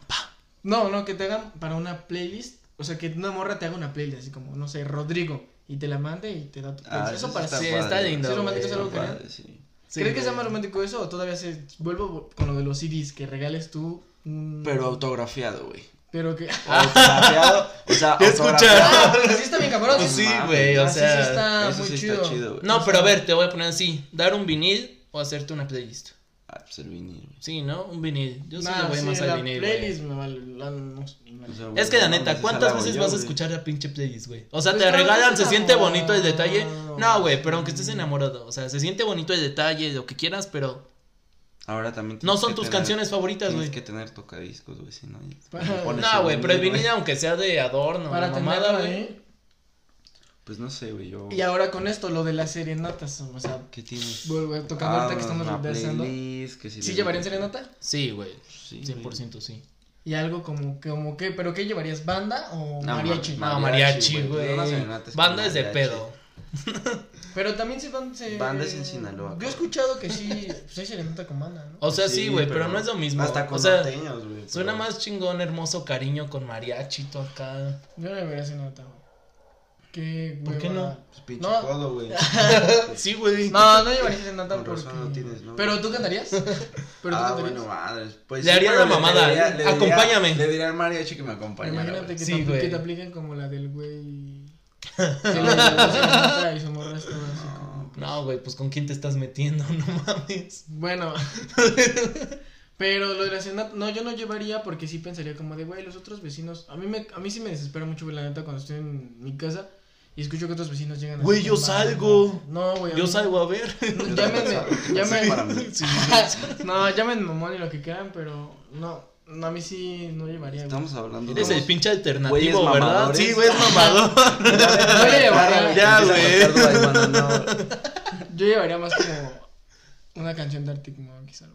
Speaker 1: No, no, que te hagan para una playlist, o sea, que una morra te haga una playlist, así como, no sé, Rodrigo, y te la mande y te da tu playlist. eso
Speaker 3: Ah, sí
Speaker 1: para
Speaker 2: Ah, está- sí,
Speaker 3: padre, güey.
Speaker 2: lindo,
Speaker 1: Sí, romántico
Speaker 2: güey,
Speaker 1: es algo que-
Speaker 3: padre, sí.
Speaker 2: Sí,
Speaker 1: ¿Crees que sea
Speaker 2: güey.
Speaker 1: más romántico eso o todavía se vuelvo con lo de los CDs que regales tú un
Speaker 3: Pero autografiado, güey.
Speaker 1: Pero que.
Speaker 3: O trapeado, o
Speaker 2: Ya
Speaker 3: sea, o
Speaker 2: Ah. escucha.
Speaker 3: trapeado.
Speaker 1: Ah, pero sí está bien cabrón.
Speaker 2: Pues sí,
Speaker 3: mames.
Speaker 2: güey, o
Speaker 1: Así
Speaker 2: sea.
Speaker 1: sí está
Speaker 3: Eso
Speaker 1: muy
Speaker 3: sí
Speaker 1: chido.
Speaker 3: está chido, güey.
Speaker 2: No, pero a ver, te voy a poner así: dar un vinil o hacerte una playlist.
Speaker 3: Ah, pues el vinil, güey.
Speaker 2: Sí, ¿no? Un vinil. Yo sí
Speaker 1: Nah,
Speaker 2: le voy
Speaker 1: sí,
Speaker 2: más
Speaker 1: la
Speaker 2: al vinil. güey. Pues,
Speaker 1: playlist me vale, la- no sé, me vale.
Speaker 3: O sea, güey,
Speaker 2: Es que la
Speaker 3: no mames,
Speaker 2: neta,
Speaker 3: esa
Speaker 2: ¿cuántas
Speaker 3: la
Speaker 2: veces
Speaker 3: voy
Speaker 2: vas a
Speaker 3: yo, güey.
Speaker 2: escuchar la pinche playlist, güey? O sea,
Speaker 1: Pues
Speaker 2: te
Speaker 1: cuando
Speaker 2: regalan, se
Speaker 1: estés
Speaker 2: siente bonito el
Speaker 1: enamorado.
Speaker 2: detalle. No, güey, pero aunque
Speaker 3: Mm.
Speaker 2: estés enamorado, o sea, se siente bonito el detalle, lo que quieras, pero
Speaker 3: Ahora también
Speaker 2: no
Speaker 3: tienes
Speaker 2: son
Speaker 3: que
Speaker 2: tus
Speaker 3: tener-
Speaker 2: canciones favoritas,
Speaker 3: Tienes
Speaker 2: güey.
Speaker 3: que tener tocadiscos, güey, si no. y-
Speaker 1: Para-
Speaker 3: como pones
Speaker 2: No, güey, pero el vinil,
Speaker 3: güey,
Speaker 2: aunque sea de adorno,
Speaker 1: Para
Speaker 2: de
Speaker 1: tenerlo,
Speaker 2: mamada, güey.
Speaker 1: ¿eh?
Speaker 3: Pues no sé, güey, yo.
Speaker 1: Y ahora con esto, lo de las serenatas. O sea,
Speaker 3: ¿Qué tienes?
Speaker 1: vuelvo a
Speaker 3: Ah,
Speaker 1: tocar ahorita que estamos regresando. ¿Sí llevarían serenata?
Speaker 2: Sí, güey,
Speaker 3: Pues Sí.
Speaker 2: 100% sí.
Speaker 1: Y algo como, como que, ¿pero qué llevarías? ¿Banda o
Speaker 3: No,
Speaker 1: mariachi?
Speaker 3: ma-
Speaker 2: No,
Speaker 3: Mariachi,
Speaker 2: mariachi,
Speaker 3: güey.
Speaker 2: güey.
Speaker 3: No, no, serenata es
Speaker 2: Banda
Speaker 3: con
Speaker 2: es de
Speaker 3: mariachi.
Speaker 2: pedo.
Speaker 1: Pero también se van. Se...
Speaker 3: Banda es en Sinaloa,
Speaker 1: Yo he
Speaker 3: cabrón.
Speaker 1: escuchado que sí, pues hay serenata con banda, ¿no?
Speaker 2: O sea, sí, güey, pero no es lo mismo.
Speaker 3: Pues Hasta
Speaker 2: O
Speaker 3: con
Speaker 2: sea,
Speaker 3: norteños, güey. pero-
Speaker 2: suena más chingón, hermoso cariño con mariachito acá.
Speaker 1: Yo no llevaría serenata, güey. ¿Qué,
Speaker 2: ¿Por qué
Speaker 1: hueva.
Speaker 2: no?
Speaker 3: Pues pinche
Speaker 1: No.
Speaker 3: codo, güey.
Speaker 2: Sí, güey.
Speaker 1: No, no llevaría serenata
Speaker 3: Con
Speaker 1: porque.
Speaker 3: razón no tienes novia.
Speaker 1: Pero tú cantarías. Pero tú
Speaker 3: ah,
Speaker 1: cantarías.
Speaker 3: bueno, madres. Pues
Speaker 2: Le haría
Speaker 3: pero
Speaker 2: una mamada,
Speaker 3: diría- diría-
Speaker 2: acompáñame.
Speaker 3: le diría al mariachi que me acompañara.
Speaker 1: Imagínate
Speaker 3: güey.
Speaker 1: que,
Speaker 2: Sí,
Speaker 1: tanto-
Speaker 2: güey.
Speaker 1: que te apliquen como la del güey. Que le llevó serenata y su morra estaba así como.
Speaker 2: No, güey, pues con quién te estás metiendo, no mames.
Speaker 1: Bueno. Pero lo de la serenata, no, yo no llevaría porque sí pensaría como de, güey, los otros vecinos, a mí me, a mí sí me desespera mucho, güey, la neta, cuando estoy en mi casa y escucho que otros vecinos llegan. así
Speaker 2: Güey, yo
Speaker 1: con banda.
Speaker 2: salgo.
Speaker 1: No, güey. a
Speaker 2: Yo
Speaker 1: mí-
Speaker 2: salgo a ver.
Speaker 1: No,
Speaker 3: Yo
Speaker 1: Llámenme,
Speaker 3: también salgo. Para mí.
Speaker 1: llámenme. No, llamen mamón y lo que quieran, pero no, no, a mí sí no llevaría. güey.
Speaker 3: Estamos hablando
Speaker 2: Eres el pinche
Speaker 3: Güeyes
Speaker 2: alternativo, ¿verdad?
Speaker 3: mamadores.
Speaker 2: Sí, güey, es mamador.
Speaker 1: Yo le llevaría,
Speaker 2: Ya, güey.
Speaker 1: yo llevaría más como una canción de Arctic Monkeys. algo.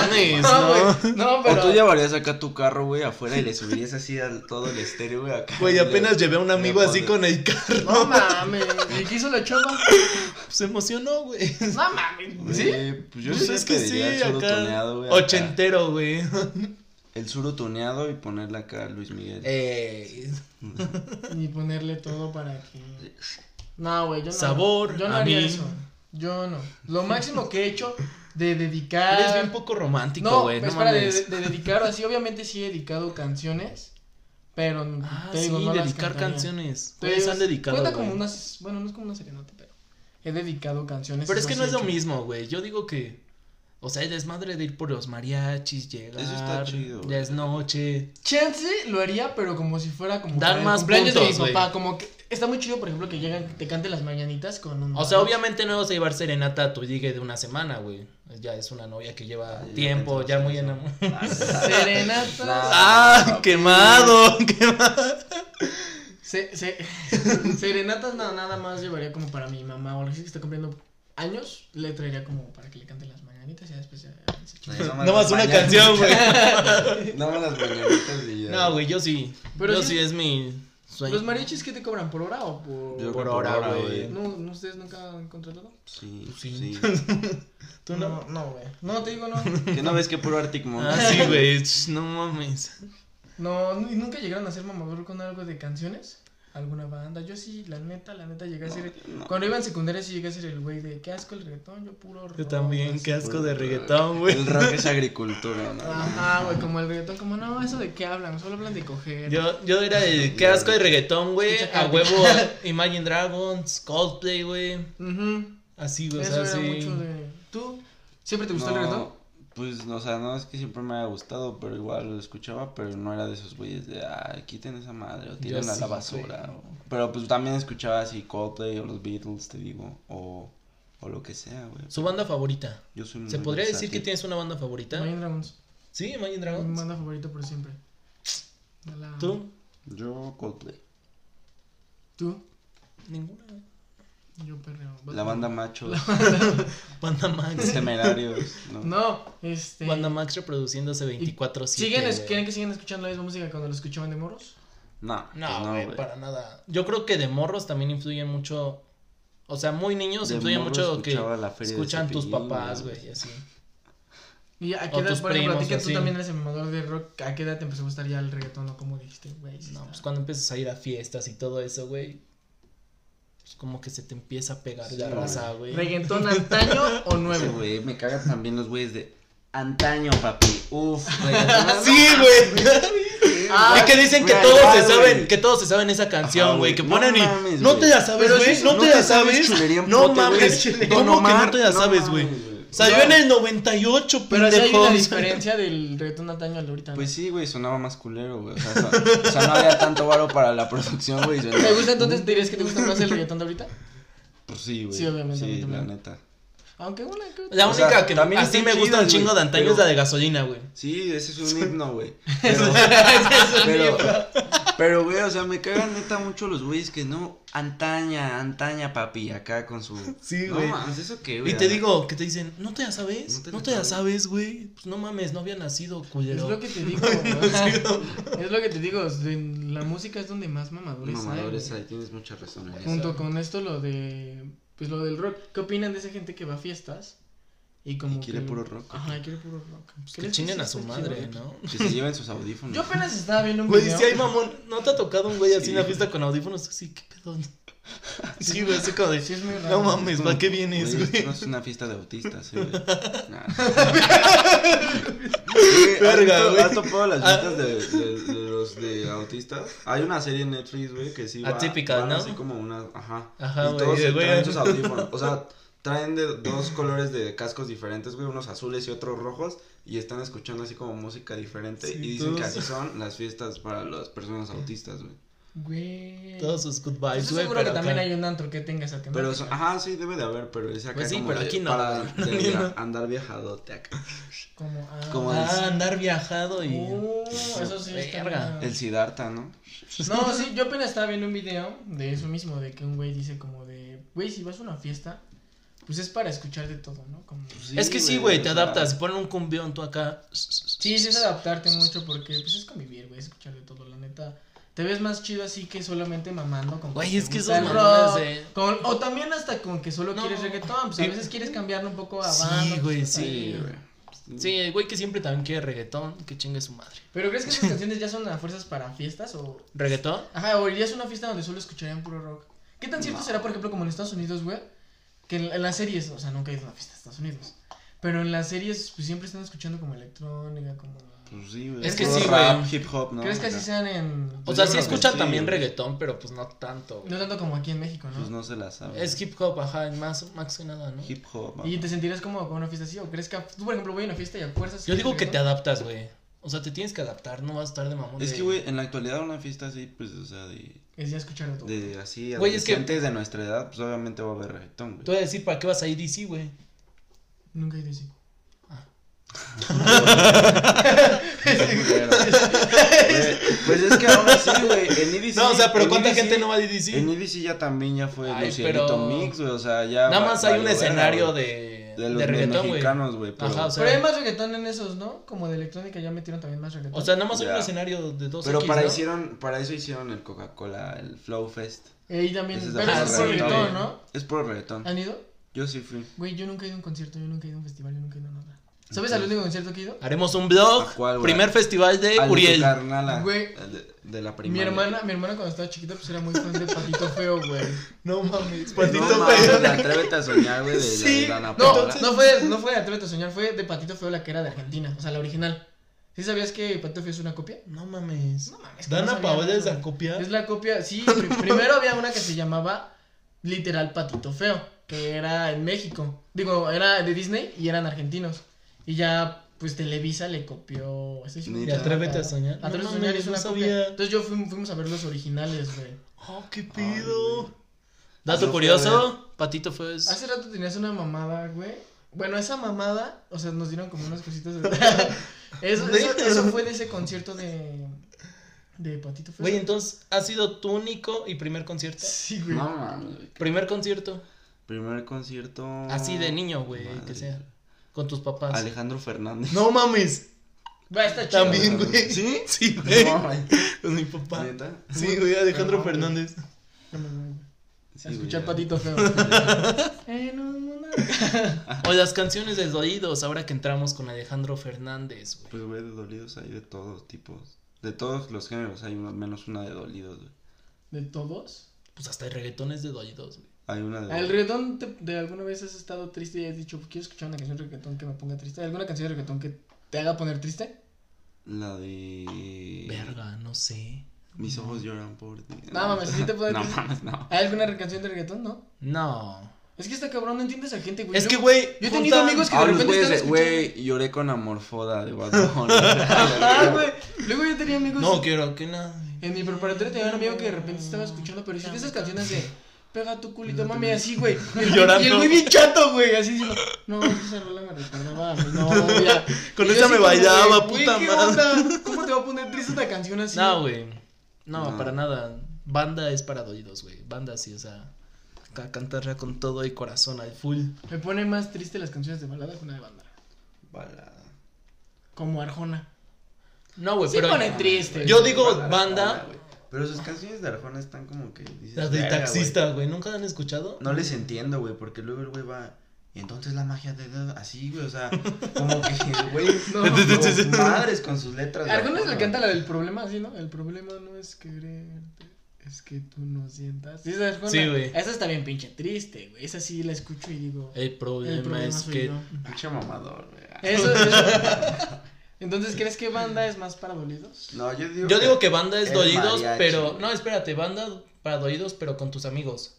Speaker 2: Mames,
Speaker 1: No,
Speaker 2: ¿no?
Speaker 1: güey, no,
Speaker 3: O tú
Speaker 1: pero.
Speaker 3: llevarías acá tu carro, güey, afuera y le subirías así al todo el estéreo, güey, acá.
Speaker 2: Güey,
Speaker 3: Y le-
Speaker 2: apenas llevé a un
Speaker 3: le
Speaker 2: amigo así
Speaker 3: pones-
Speaker 2: con el carro.
Speaker 1: No mames, ¿y qué hizo la chava?
Speaker 2: pues, Se emocionó, güey.
Speaker 1: No mames, ¿sí?
Speaker 3: Güey, Pues yo
Speaker 2: Pues
Speaker 3: sí le
Speaker 2: es que sí,
Speaker 3: pediría el suro
Speaker 2: acá.
Speaker 3: tuneado, güey. acá.
Speaker 2: Ochentero, güey.
Speaker 3: El suro tuneado y ponerle acá a Luis Miguel.
Speaker 2: Eh,
Speaker 1: Y ponerle todo para que. No, güey, yo no.
Speaker 2: Sabor,
Speaker 1: Yo no
Speaker 2: a
Speaker 1: haría
Speaker 2: mí.
Speaker 1: eso. Yo no. Lo máximo que he hecho de dedicar.
Speaker 2: eres bien poco romántico,
Speaker 1: No, pues,
Speaker 2: güey. No,
Speaker 1: espera, de,
Speaker 2: mames.
Speaker 1: de dedicar así, obviamente sí he dedicado canciones, pero
Speaker 2: Ah,
Speaker 1: te digo,
Speaker 2: sí,
Speaker 1: no las
Speaker 2: dedicar
Speaker 1: cantaría.
Speaker 2: canciones.
Speaker 1: Te
Speaker 2: Ustedes
Speaker 1: digo,
Speaker 2: han dedicado.
Speaker 1: Pues, Cuenta
Speaker 2: güey.
Speaker 1: como unas, bueno, no es como una serenata, pero he dedicado canciones.
Speaker 2: Pero es
Speaker 1: eso
Speaker 2: que no
Speaker 1: sí
Speaker 2: es
Speaker 1: he
Speaker 2: lo
Speaker 1: hecho.
Speaker 2: mismo, güey. Yo digo que. O sea, el desmadre de ir por los mariachis, llegar.
Speaker 3: Eso está chido, güey.
Speaker 2: Ya es noche.
Speaker 1: Chance lo haría, pero como si fuera como
Speaker 2: Dar
Speaker 1: para el
Speaker 2: más
Speaker 1: cumpleaños
Speaker 2: puntos,
Speaker 1: de mi
Speaker 2: güey.
Speaker 1: papá, como que está muy chido, por ejemplo, que llegan te cante las mañanitas con un
Speaker 2: O sea, obviamente no vas a llevar serenata a tu ligue de una semana, güey. Ya es una novia que lleva
Speaker 3: Ah, ya
Speaker 2: tiempo,
Speaker 3: pensamos
Speaker 2: ya
Speaker 3: en
Speaker 2: muy
Speaker 3: eso.
Speaker 2: enamorada.
Speaker 3: Ah,
Speaker 1: serenata.
Speaker 2: ¡Ah! ¡Quemado! ¡Quemado!
Speaker 1: se- se- serenatas no, nada más llevaría como para mi mamá o algo así que está cumpliendo años, le traería como para que le cante las mañanitas y ya después ya se
Speaker 3: No,
Speaker 2: No más una canción, güey.
Speaker 3: No me las mañanitas y ya.
Speaker 2: No, güey, yo sí.
Speaker 1: Pero
Speaker 2: yo
Speaker 1: sí-
Speaker 2: sí es mi sueño.
Speaker 1: ¿Los mariachis qué te cobran? ¿Por hora o por.?
Speaker 3: Yo creo
Speaker 2: por
Speaker 3: que
Speaker 2: hora, güey. pues
Speaker 1: ¿No, no ¿Ustedes nunca han contratado?
Speaker 3: Sí,
Speaker 2: Sí.
Speaker 3: sí.
Speaker 2: ¿Tú no?
Speaker 1: No, güey. No, te digo, no.
Speaker 3: ¿Qué no ves que puro Arctic Monkeys?
Speaker 2: Ah, sí, güey. Ch, No mames.
Speaker 1: No, n- ¿y nunca llegaron a ser mamador con algo de canciones? ¿Alguna banda? Yo sí, la neta, la neta llegué a ser. Cuando iba en secundaria sí llegué a ser el güey de qué asco el reggaetón, yo puro.
Speaker 2: Yo
Speaker 1: rock",
Speaker 2: también,
Speaker 1: así.
Speaker 2: qué asco de reggaetón, güey.
Speaker 3: El rock es agricultura, ¿no?
Speaker 1: Ajá, güey, como el reggaetón, como no, eso de qué hablan, solo hablan de coger.
Speaker 2: Yo, yo era el qué asco de reggaetón, güey.
Speaker 1: Escucha,
Speaker 2: A
Speaker 1: Calvin.
Speaker 2: huevo Imagine Dragons, Coldplay, güey.
Speaker 1: Ujú,
Speaker 2: Así, güey. O
Speaker 1: Eso
Speaker 2: sea,
Speaker 1: era
Speaker 2: sí.
Speaker 1: mucho de. ¿Tú? ¿Siempre te gustó el
Speaker 3: No,
Speaker 1: reggaetón?
Speaker 3: Pues, no, o sea, no es que siempre me haya gustado, pero igual lo escuchaba, pero no era de esos güeyes de, ay, quiten esa madre, o tiren a
Speaker 2: sí,
Speaker 3: la
Speaker 2: güey.
Speaker 3: basura. o- Pero pues también escuchaba así Coldplay o los Beatles, te digo, o, o lo que sea, güey.
Speaker 2: Su banda favorita.
Speaker 3: Yo soy
Speaker 2: ¿Se
Speaker 3: muy
Speaker 2: podría decir que
Speaker 3: versátil.
Speaker 2: tienes una banda favorita?
Speaker 1: Imagine Dragons.
Speaker 2: Sí, Imagine
Speaker 1: Mi
Speaker 2: Dragons.
Speaker 1: banda favorita por siempre. A la-
Speaker 2: ¿Tú?
Speaker 3: Yo Coldplay.
Speaker 1: ¿Tú?
Speaker 2: Ninguna.
Speaker 1: Yo perreo.
Speaker 3: La banda macho,
Speaker 2: Banda
Speaker 3: los
Speaker 2: Max.
Speaker 3: temerarios, ¿no?
Speaker 1: No, este.
Speaker 2: Banda Max reproduciéndose 24-7.
Speaker 1: ¿Siguen, es-
Speaker 2: güey.
Speaker 1: ¿Quieren que sigan escuchando la misma música cuando la escuchaban de morros?
Speaker 3: No, pues
Speaker 2: No,
Speaker 3: no,
Speaker 2: güey,
Speaker 3: güey.
Speaker 2: para nada. Yo creo que de morros también influyen mucho. O sea, muy niños
Speaker 3: De
Speaker 2: influyen
Speaker 3: morro
Speaker 2: mucho que
Speaker 3: escuchaba la Feria de
Speaker 2: escuchan tus
Speaker 3: Cepillín,
Speaker 2: papás,
Speaker 3: güey.
Speaker 2: güey, y así.
Speaker 1: Y a
Speaker 2: O
Speaker 1: qué edad,
Speaker 2: tus
Speaker 1: por ejemplo, a ti
Speaker 2: primos,
Speaker 1: que
Speaker 2: o
Speaker 1: tú
Speaker 2: así.
Speaker 1: también eres animador de rock, ¿a qué edad te empezó a gustar ya el reggaetón o cómo dijiste, güey? sí
Speaker 2: No,
Speaker 1: está-
Speaker 2: pues cuando empiezas a ir a fiestas y todo eso, güey. Pues como que se te empieza a pegar
Speaker 3: Sí,
Speaker 2: la
Speaker 3: güey.
Speaker 2: raza, güey.
Speaker 1: ¿Reggaetón antaño o
Speaker 3: Sí,
Speaker 1: nuevo?
Speaker 3: güey, me cagan también los güeyes de antaño, papi. Uf, güey.
Speaker 2: Sí, güey.
Speaker 3: Ah,
Speaker 2: es que dicen que
Speaker 3: güey,
Speaker 2: todos
Speaker 3: ah,
Speaker 2: se
Speaker 3: güey.
Speaker 2: saben, que todos se saben esa canción,
Speaker 3: Ajá,
Speaker 2: güey, que
Speaker 3: güey. No
Speaker 2: ponen y
Speaker 3: mames,
Speaker 2: no
Speaker 3: güey.
Speaker 2: te la sabes,
Speaker 1: Pero
Speaker 2: güey,
Speaker 1: sí,
Speaker 2: no,
Speaker 3: no
Speaker 2: te
Speaker 3: te
Speaker 2: la
Speaker 3: sabes
Speaker 2: sabes.
Speaker 3: chulería en
Speaker 2: No
Speaker 3: pote, güey.
Speaker 2: mames,
Speaker 1: Chulería en
Speaker 2: ¿cómo que
Speaker 3: pote,
Speaker 2: no
Speaker 3: Omar?
Speaker 2: te la
Speaker 3: No
Speaker 2: sabes,
Speaker 3: mames,
Speaker 2: güey?
Speaker 3: güey.
Speaker 2: Salió
Speaker 1: No.
Speaker 2: en el 98,
Speaker 1: Pero sí hay
Speaker 2: pendejo.
Speaker 1: una diferencia del reggaetón antaño al de ahorita. ¿no?
Speaker 3: Pues sí, güey, sonaba más culero, güey. O sea, so- o sea, no había tanto varo para la producción, güey. sonaba-
Speaker 1: ¿Te gusta entonces? ¿Te dirías que te gusta más el reggaetón de ahorita?
Speaker 3: Pues sí, güey.
Speaker 1: Sí, obviamente, a mí
Speaker 3: Sí, la
Speaker 1: también.
Speaker 3: neta.
Speaker 1: Aunque una que otra.
Speaker 2: La
Speaker 3: O sea,
Speaker 2: única que
Speaker 3: también
Speaker 2: así
Speaker 3: están
Speaker 2: me gusta un
Speaker 3: chidas,
Speaker 2: chingo
Speaker 3: güey,
Speaker 2: de antaño es
Speaker 3: pero-
Speaker 2: la de gasolina, güey.
Speaker 3: Sí, ese es un himno, güey. Pero, pero, pero, güey, o sea, me cagan neta mucho los güeyes que no. Antaña, antaña, papi, acá con su.
Speaker 2: Sí,
Speaker 3: no,
Speaker 2: güey.
Speaker 3: mames, ¿eso qué, güey?
Speaker 2: Y te digo, que te dicen, no te la sabes,
Speaker 3: No te
Speaker 2: no
Speaker 3: la
Speaker 2: te, la sabes, güey. Pues no mames, no había nacido,
Speaker 1: Es
Speaker 2: culero.
Speaker 1: lo que te digo. ajá. es lo que te digo. de- La música es donde más mamadores, hay,
Speaker 3: Mamadores,
Speaker 1: güey.
Speaker 3: ahí tienes mucha razón. en eso.
Speaker 1: Junto con esto, lo de. Pues lo del rock. ¿Qué opinan de esa gente que va a fiestas? Y como.
Speaker 3: Y quiere
Speaker 1: que-
Speaker 3: puro rock.
Speaker 1: Ajá, quiere puro rock.
Speaker 2: Pues
Speaker 1: ¿Crees
Speaker 2: que chinguen
Speaker 1: sí
Speaker 2: a su
Speaker 1: está
Speaker 2: madre,
Speaker 1: chido?
Speaker 2: ¿no?
Speaker 3: Que se lleven sus audífonos.
Speaker 1: Yo apenas estaba viendo un
Speaker 2: Güey,
Speaker 1: video.
Speaker 2: si hay mamón, ¿no te ha tocado un güey así
Speaker 3: Sí.
Speaker 2: en la fiesta con audífonos? Así, ¿qué pedo? Sí, güey, así como de,
Speaker 1: Sí, es muy raro.
Speaker 2: no mames, ¿para qué vienes, güey?
Speaker 3: Güey, esto No es una fiesta de autistas, güey. Nah. Güey, ¿has
Speaker 2: Verga,
Speaker 3: to-
Speaker 2: güey. Ah.
Speaker 3: ¿Has topado las fiestas de, de- de los de autistas? Hay una serie en Netflix, güey, que sí va.
Speaker 2: Atípica,
Speaker 3: van
Speaker 2: ¿no?
Speaker 3: Así como una, ajá.
Speaker 2: Ajá,
Speaker 3: y
Speaker 2: güey,
Speaker 3: todos se
Speaker 2: güey.
Speaker 3: traen sus audífonos. O sea, traen de dos colores de cascos diferentes, güey, unos azules y otros rojos. Y están escuchando así como música diferente.
Speaker 2: Sí,
Speaker 3: y dicen que
Speaker 2: todos-
Speaker 3: así son las fiestas para las personas autistas, güey.
Speaker 1: Güey.
Speaker 2: Todos sus good
Speaker 1: Yo
Speaker 2: vibes,
Speaker 1: Estoy
Speaker 2: güey.
Speaker 1: seguro
Speaker 2: pero
Speaker 1: que también
Speaker 2: acá-
Speaker 1: hay un antro que tenga esa temática.
Speaker 3: Pero son, ajá, sí, debe de haber, pero es acá
Speaker 2: Pues sí,
Speaker 3: como
Speaker 2: pero
Speaker 3: de-
Speaker 2: aquí no,
Speaker 3: para
Speaker 2: güey.
Speaker 3: de via-
Speaker 2: No.
Speaker 3: andar viajadote acá.
Speaker 1: Como. Ah,
Speaker 3: Como
Speaker 1: ah,
Speaker 2: Ah, andar viajado y...
Speaker 1: uh, eso sí. está
Speaker 2: Verga.
Speaker 1: mal.
Speaker 3: El Sidarta, ¿no?
Speaker 1: No, sí, yo apenas estaba viendo un video de eso mismo, de que un güey dice como de, güey, si vas a una fiesta, pues es para escuchar de todo, ¿no? Como...
Speaker 2: es que Pues sí, güey, te
Speaker 3: o sea,
Speaker 2: adaptas. Ponen un cumbión tú acá.
Speaker 1: Sí, sí es adaptarte mucho porque pues es convivir, güey, es escuchar de todo, la neta. Te ves más chido así que solamente mamando con
Speaker 2: Güey,
Speaker 1: te
Speaker 2: es que
Speaker 1: gusta
Speaker 2: esos
Speaker 1: el
Speaker 2: mamones
Speaker 1: rock,
Speaker 2: de-
Speaker 1: con- o también hasta con que solo
Speaker 2: No.
Speaker 1: quieres reggaetón, pues a
Speaker 2: Sí.
Speaker 1: veces quieres cambiarlo un poco a
Speaker 2: Sí,
Speaker 1: banda,
Speaker 2: güey,
Speaker 1: cosas
Speaker 3: Sí,
Speaker 1: así.
Speaker 3: güey.
Speaker 2: Sí, el güey que siempre también quiere reggaetón, que chingue su madre.
Speaker 1: Pero ¿crees que esas canciones ya son a fuerzas para fiestas o
Speaker 2: ¿Reggaetón?
Speaker 1: Ajá, o irías a una fiesta donde solo escucharían puro rock. ¿Qué tan cierto
Speaker 3: No.
Speaker 1: será, por ejemplo, como en Estados Unidos, güey? Que en, en las series, o sea, nunca he ido a una fiesta de Estados Unidos. Pero en las series, pues siempre están escuchando como electrónica, como.
Speaker 3: Pues sí, güey.
Speaker 2: Es que
Speaker 3: Puro
Speaker 2: sí,
Speaker 3: rap,
Speaker 2: güey.
Speaker 3: hip hop, ¿no?
Speaker 1: ¿Crees que
Speaker 3: Acá.
Speaker 1: así sean en.?
Speaker 2: O
Speaker 3: Pues
Speaker 2: sea,
Speaker 3: yo
Speaker 2: sí
Speaker 3: creo que
Speaker 2: escuchan
Speaker 3: sí,
Speaker 2: también
Speaker 3: güey.
Speaker 2: reggaetón, pero pues no tanto, güey.
Speaker 1: No tanto como aquí en México, ¿no?
Speaker 3: Pues no se la sabe.
Speaker 2: Es hip hop, ajá, y más, más que nada, ¿no?
Speaker 3: hip hop.
Speaker 1: ¿Y
Speaker 3: ajá.
Speaker 1: te sentirás como con una fiesta así? ¿O crees que.? a- Tú, por ejemplo, voy a una fiesta y a fuerzas.
Speaker 2: Yo digo que te
Speaker 1: reggaetón?
Speaker 2: adaptas, güey. O sea, te tienes que adaptar, no vas a estar de mamón.
Speaker 3: Es
Speaker 2: de-
Speaker 3: que, güey, en la actualidad una fiesta así, pues, o sea, de,
Speaker 1: Es ya escuchar de todo.
Speaker 3: de así,
Speaker 2: Güey, es que-
Speaker 3: adolescentes de nuestra edad, pues obviamente va a haber reggaetón,
Speaker 2: Te
Speaker 3: güey.
Speaker 2: voy a decir, ¿para qué vas a IDC, güey?
Speaker 1: Nunca he ido así.
Speaker 3: Güey, Pues es que aún así, güey, en EDC...
Speaker 2: No, o sea, pero
Speaker 3: en
Speaker 2: ¿cuánta
Speaker 3: EDC
Speaker 2: gente no va a
Speaker 3: En
Speaker 2: IDC?
Speaker 3: EDC ya también ya fue
Speaker 2: Ay,
Speaker 3: Lucianito
Speaker 2: pero-
Speaker 3: Mix, güey, o sea, ya...
Speaker 2: Nada
Speaker 3: va-
Speaker 2: más hay
Speaker 3: valió
Speaker 2: un
Speaker 3: verga,
Speaker 2: escenario
Speaker 3: güey.
Speaker 2: de,
Speaker 3: de los
Speaker 2: de reggaetón, güey.
Speaker 3: mexicanos, güey. pero-
Speaker 2: Ajá, o sea,
Speaker 1: Pero hay más reggaetón en esos, ¿no? Como de electrónica ya metieron también más reggaetón.
Speaker 2: O sea, nada más hay
Speaker 3: Ya.
Speaker 2: un escenario de dos
Speaker 3: Pero
Speaker 2: X,
Speaker 3: para,
Speaker 2: ¿no?
Speaker 3: hicieron, para eso hicieron el Coca-Cola, el Flow Fest.
Speaker 1: Eh, y también.
Speaker 3: Ese es de
Speaker 1: Pero
Speaker 2: la
Speaker 1: eso es por
Speaker 2: reggaetón,
Speaker 1: reggaetón,
Speaker 3: güey.
Speaker 1: ¿no?
Speaker 3: Es por reggaetón.
Speaker 2: Ah.
Speaker 1: ¿Han ido?
Speaker 3: Yo sí fui.
Speaker 1: Güey, yo nunca he ido a un concierto, yo nunca he ido a un festival, yo nunca he ido a nada. ¿Sabes
Speaker 3: Ok.
Speaker 1: al único concierto que he ido?
Speaker 2: Haremos un blog,
Speaker 3: ¿A cuál, güey?
Speaker 2: primer festival de
Speaker 3: Al de tu
Speaker 2: Eh, Uriel.
Speaker 3: carnala,
Speaker 1: Güey.
Speaker 3: De, de la
Speaker 1: Mi
Speaker 3: primaria.
Speaker 1: hermana, mi hermana cuando estaba chiquita pues era muy fan de Patito Feo, güey.
Speaker 2: No mames,
Speaker 3: No
Speaker 2: patito
Speaker 3: mames,
Speaker 2: feo.
Speaker 3: de Atrévete a soñar, güey, de
Speaker 2: Sí,
Speaker 3: la de Ana
Speaker 1: No,
Speaker 3: Paola.
Speaker 1: no fue, no fue de Atrévete a Soñar, fue de Patito Feo la que era de Argentina, o sea, la original. ¿Sí sabías que Patito Feo es una copia?
Speaker 2: No mames.
Speaker 1: No mames. que no
Speaker 2: Dana
Speaker 1: sabía
Speaker 2: Paola
Speaker 1: nada.
Speaker 2: es la copia.
Speaker 1: Es la copia, sí, pri- primero había una que se llamaba literal Patito Feo, que era en México. Digo, era de Disney y eran argentinos. Y ya, pues Televisa le copió. estoy seguro
Speaker 3: Ni
Speaker 1: que
Speaker 3: te
Speaker 1: era
Speaker 2: atrévete a
Speaker 1: Patito.
Speaker 2: soñar. No
Speaker 1: Atrévete a
Speaker 2: mames,
Speaker 1: soñar es
Speaker 2: no
Speaker 1: una
Speaker 2: sabía.
Speaker 1: copia. Entonces yo fui- fuimos a ver los originales, güey.
Speaker 2: Oh, qué
Speaker 3: Ay,
Speaker 2: pedo.
Speaker 3: güey.
Speaker 2: Dato
Speaker 3: Yo fui a
Speaker 2: curioso, Patito fue es-
Speaker 1: Hace rato tenías una mamada, güey. Bueno, esa mamada, o sea, nos dieron como unas cositas. De... eso, eso, eso fue de ese concierto de. de Patito Feo.
Speaker 2: Güey, entonces, ¿ha sido tu único y primer concierto?
Speaker 1: Sí, güey.
Speaker 3: No, mames, güey.
Speaker 2: Primer concierto,
Speaker 3: Primer concierto.
Speaker 2: Ah, así de niño, güey, que
Speaker 3: Madre.
Speaker 2: sea, con tus papás.
Speaker 3: Alejandro Fernández.
Speaker 2: No mames,
Speaker 1: Va, está chido.
Speaker 2: también, güey.
Speaker 3: ¿Sí?
Speaker 2: Sí, güey,
Speaker 3: No, güey.
Speaker 2: con mi papá.
Speaker 3: ¿Neta?
Speaker 2: Sí, güey, Alejandro
Speaker 1: No, güey.
Speaker 2: Fernández.
Speaker 1: No me voy, güey.
Speaker 3: Sí,
Speaker 1: A
Speaker 3: güey,
Speaker 1: escuchar
Speaker 3: ya.
Speaker 1: Patito Feo. En un mundo-
Speaker 2: O las canciones de Dolidos, ahora que entramos con Alejandro Fernández, güey.
Speaker 3: Pues, güey, de dolidos hay de todos tipos. De todos los géneros hay una- menos una de dolidos, güey.
Speaker 1: ¿De todos?
Speaker 2: Pues hasta hay reggaetones de Dolidos, güey.
Speaker 3: Hay una de.
Speaker 1: ¿El reggaetón te- de alguna vez has estado triste y has dicho, quiero escuchar una canción de reggaetón que me ponga triste? ¿Alguna canción de reggaetón que te haga poner triste?
Speaker 3: La de.
Speaker 2: Verga, no sé.
Speaker 3: Mis ojos lloran por ti.
Speaker 1: No, mames, sí te puedo
Speaker 3: No
Speaker 1: decir-
Speaker 3: mames, no.
Speaker 1: ¿Hay alguna canción de reggaetón? No.
Speaker 2: No.
Speaker 1: Es que está cabrón, no entiendes a gente, güey.
Speaker 2: Es
Speaker 1: Yo-
Speaker 2: que, güey.
Speaker 1: yo he tenido
Speaker 2: juntan-
Speaker 1: amigos que-
Speaker 3: Ah,
Speaker 1: de
Speaker 3: los
Speaker 1: repente
Speaker 3: güeyes
Speaker 1: están
Speaker 3: de,
Speaker 1: escuchando-
Speaker 3: güey, lloré con amorfoda de Bad
Speaker 1: Ah,
Speaker 3: Bunny.
Speaker 1: güey. Luego yo tenía amigos.
Speaker 2: No quiero que nadie.
Speaker 1: En mi preparatoria tenía un amigo que de repente estaba escuchando, pero sí de esas canciones de pega tu culito, mami, así, güey. Y el-
Speaker 2: Llorando.
Speaker 1: Y el güey bien chato, güey, así diciendo, no, esa rola me recordaba a mi novia.
Speaker 2: Con
Speaker 1: Y yo
Speaker 2: esa
Speaker 1: así como
Speaker 2: me
Speaker 1: de,
Speaker 2: bailaba,
Speaker 1: "Güey,
Speaker 2: puta
Speaker 1: ¿qué
Speaker 2: madre".
Speaker 1: onda? ¿Cómo te va a poner triste una canción así?
Speaker 2: No, güey. No,
Speaker 3: No.
Speaker 2: para nada. Banda es para doidos, güey. Banda sí, o sea. ca- Cantarla con todo y corazón al full.
Speaker 1: Me pone más triste las canciones de balada que una de banda.
Speaker 3: Balada.
Speaker 1: Como Arjona.
Speaker 2: No, güey,
Speaker 1: Sí
Speaker 2: pero.
Speaker 1: pone triste.
Speaker 2: Yo digo
Speaker 3: Balada,
Speaker 2: banda.
Speaker 3: balada, güey. Pero sus canciones de Arjona están como que. dices,
Speaker 2: Las de
Speaker 3: "Verga, güey".
Speaker 2: taxista, güey. ¿Nunca la han escuchado?
Speaker 3: No les entiendo, güey, porque luego el güey va. Y entonces la magia de. Así, güey, o sea, como que, güey.
Speaker 1: No.
Speaker 3: como madres con sus letras. güey.
Speaker 1: Arjona es el que canta la del problema, así, ¿no? El problema no es quererte, es que tú no sientas. Sí, esa es Arjona.
Speaker 2: Sí, güey.
Speaker 1: Esa está bien pinche triste, güey. Esa sí la escucho y digo.
Speaker 2: El problema,
Speaker 1: el problema
Speaker 2: es
Speaker 1: soy
Speaker 2: que.
Speaker 1: yo.
Speaker 3: Pinche mamador, güey.
Speaker 1: Eso, eso. Entonces, ¿crees que banda es más para dolidos?
Speaker 3: No, yo digo.
Speaker 2: Yo digo que banda es
Speaker 3: El
Speaker 2: doidos,
Speaker 3: mariachi.
Speaker 2: pero. No, espérate, banda para doidos, pero con tus amigos.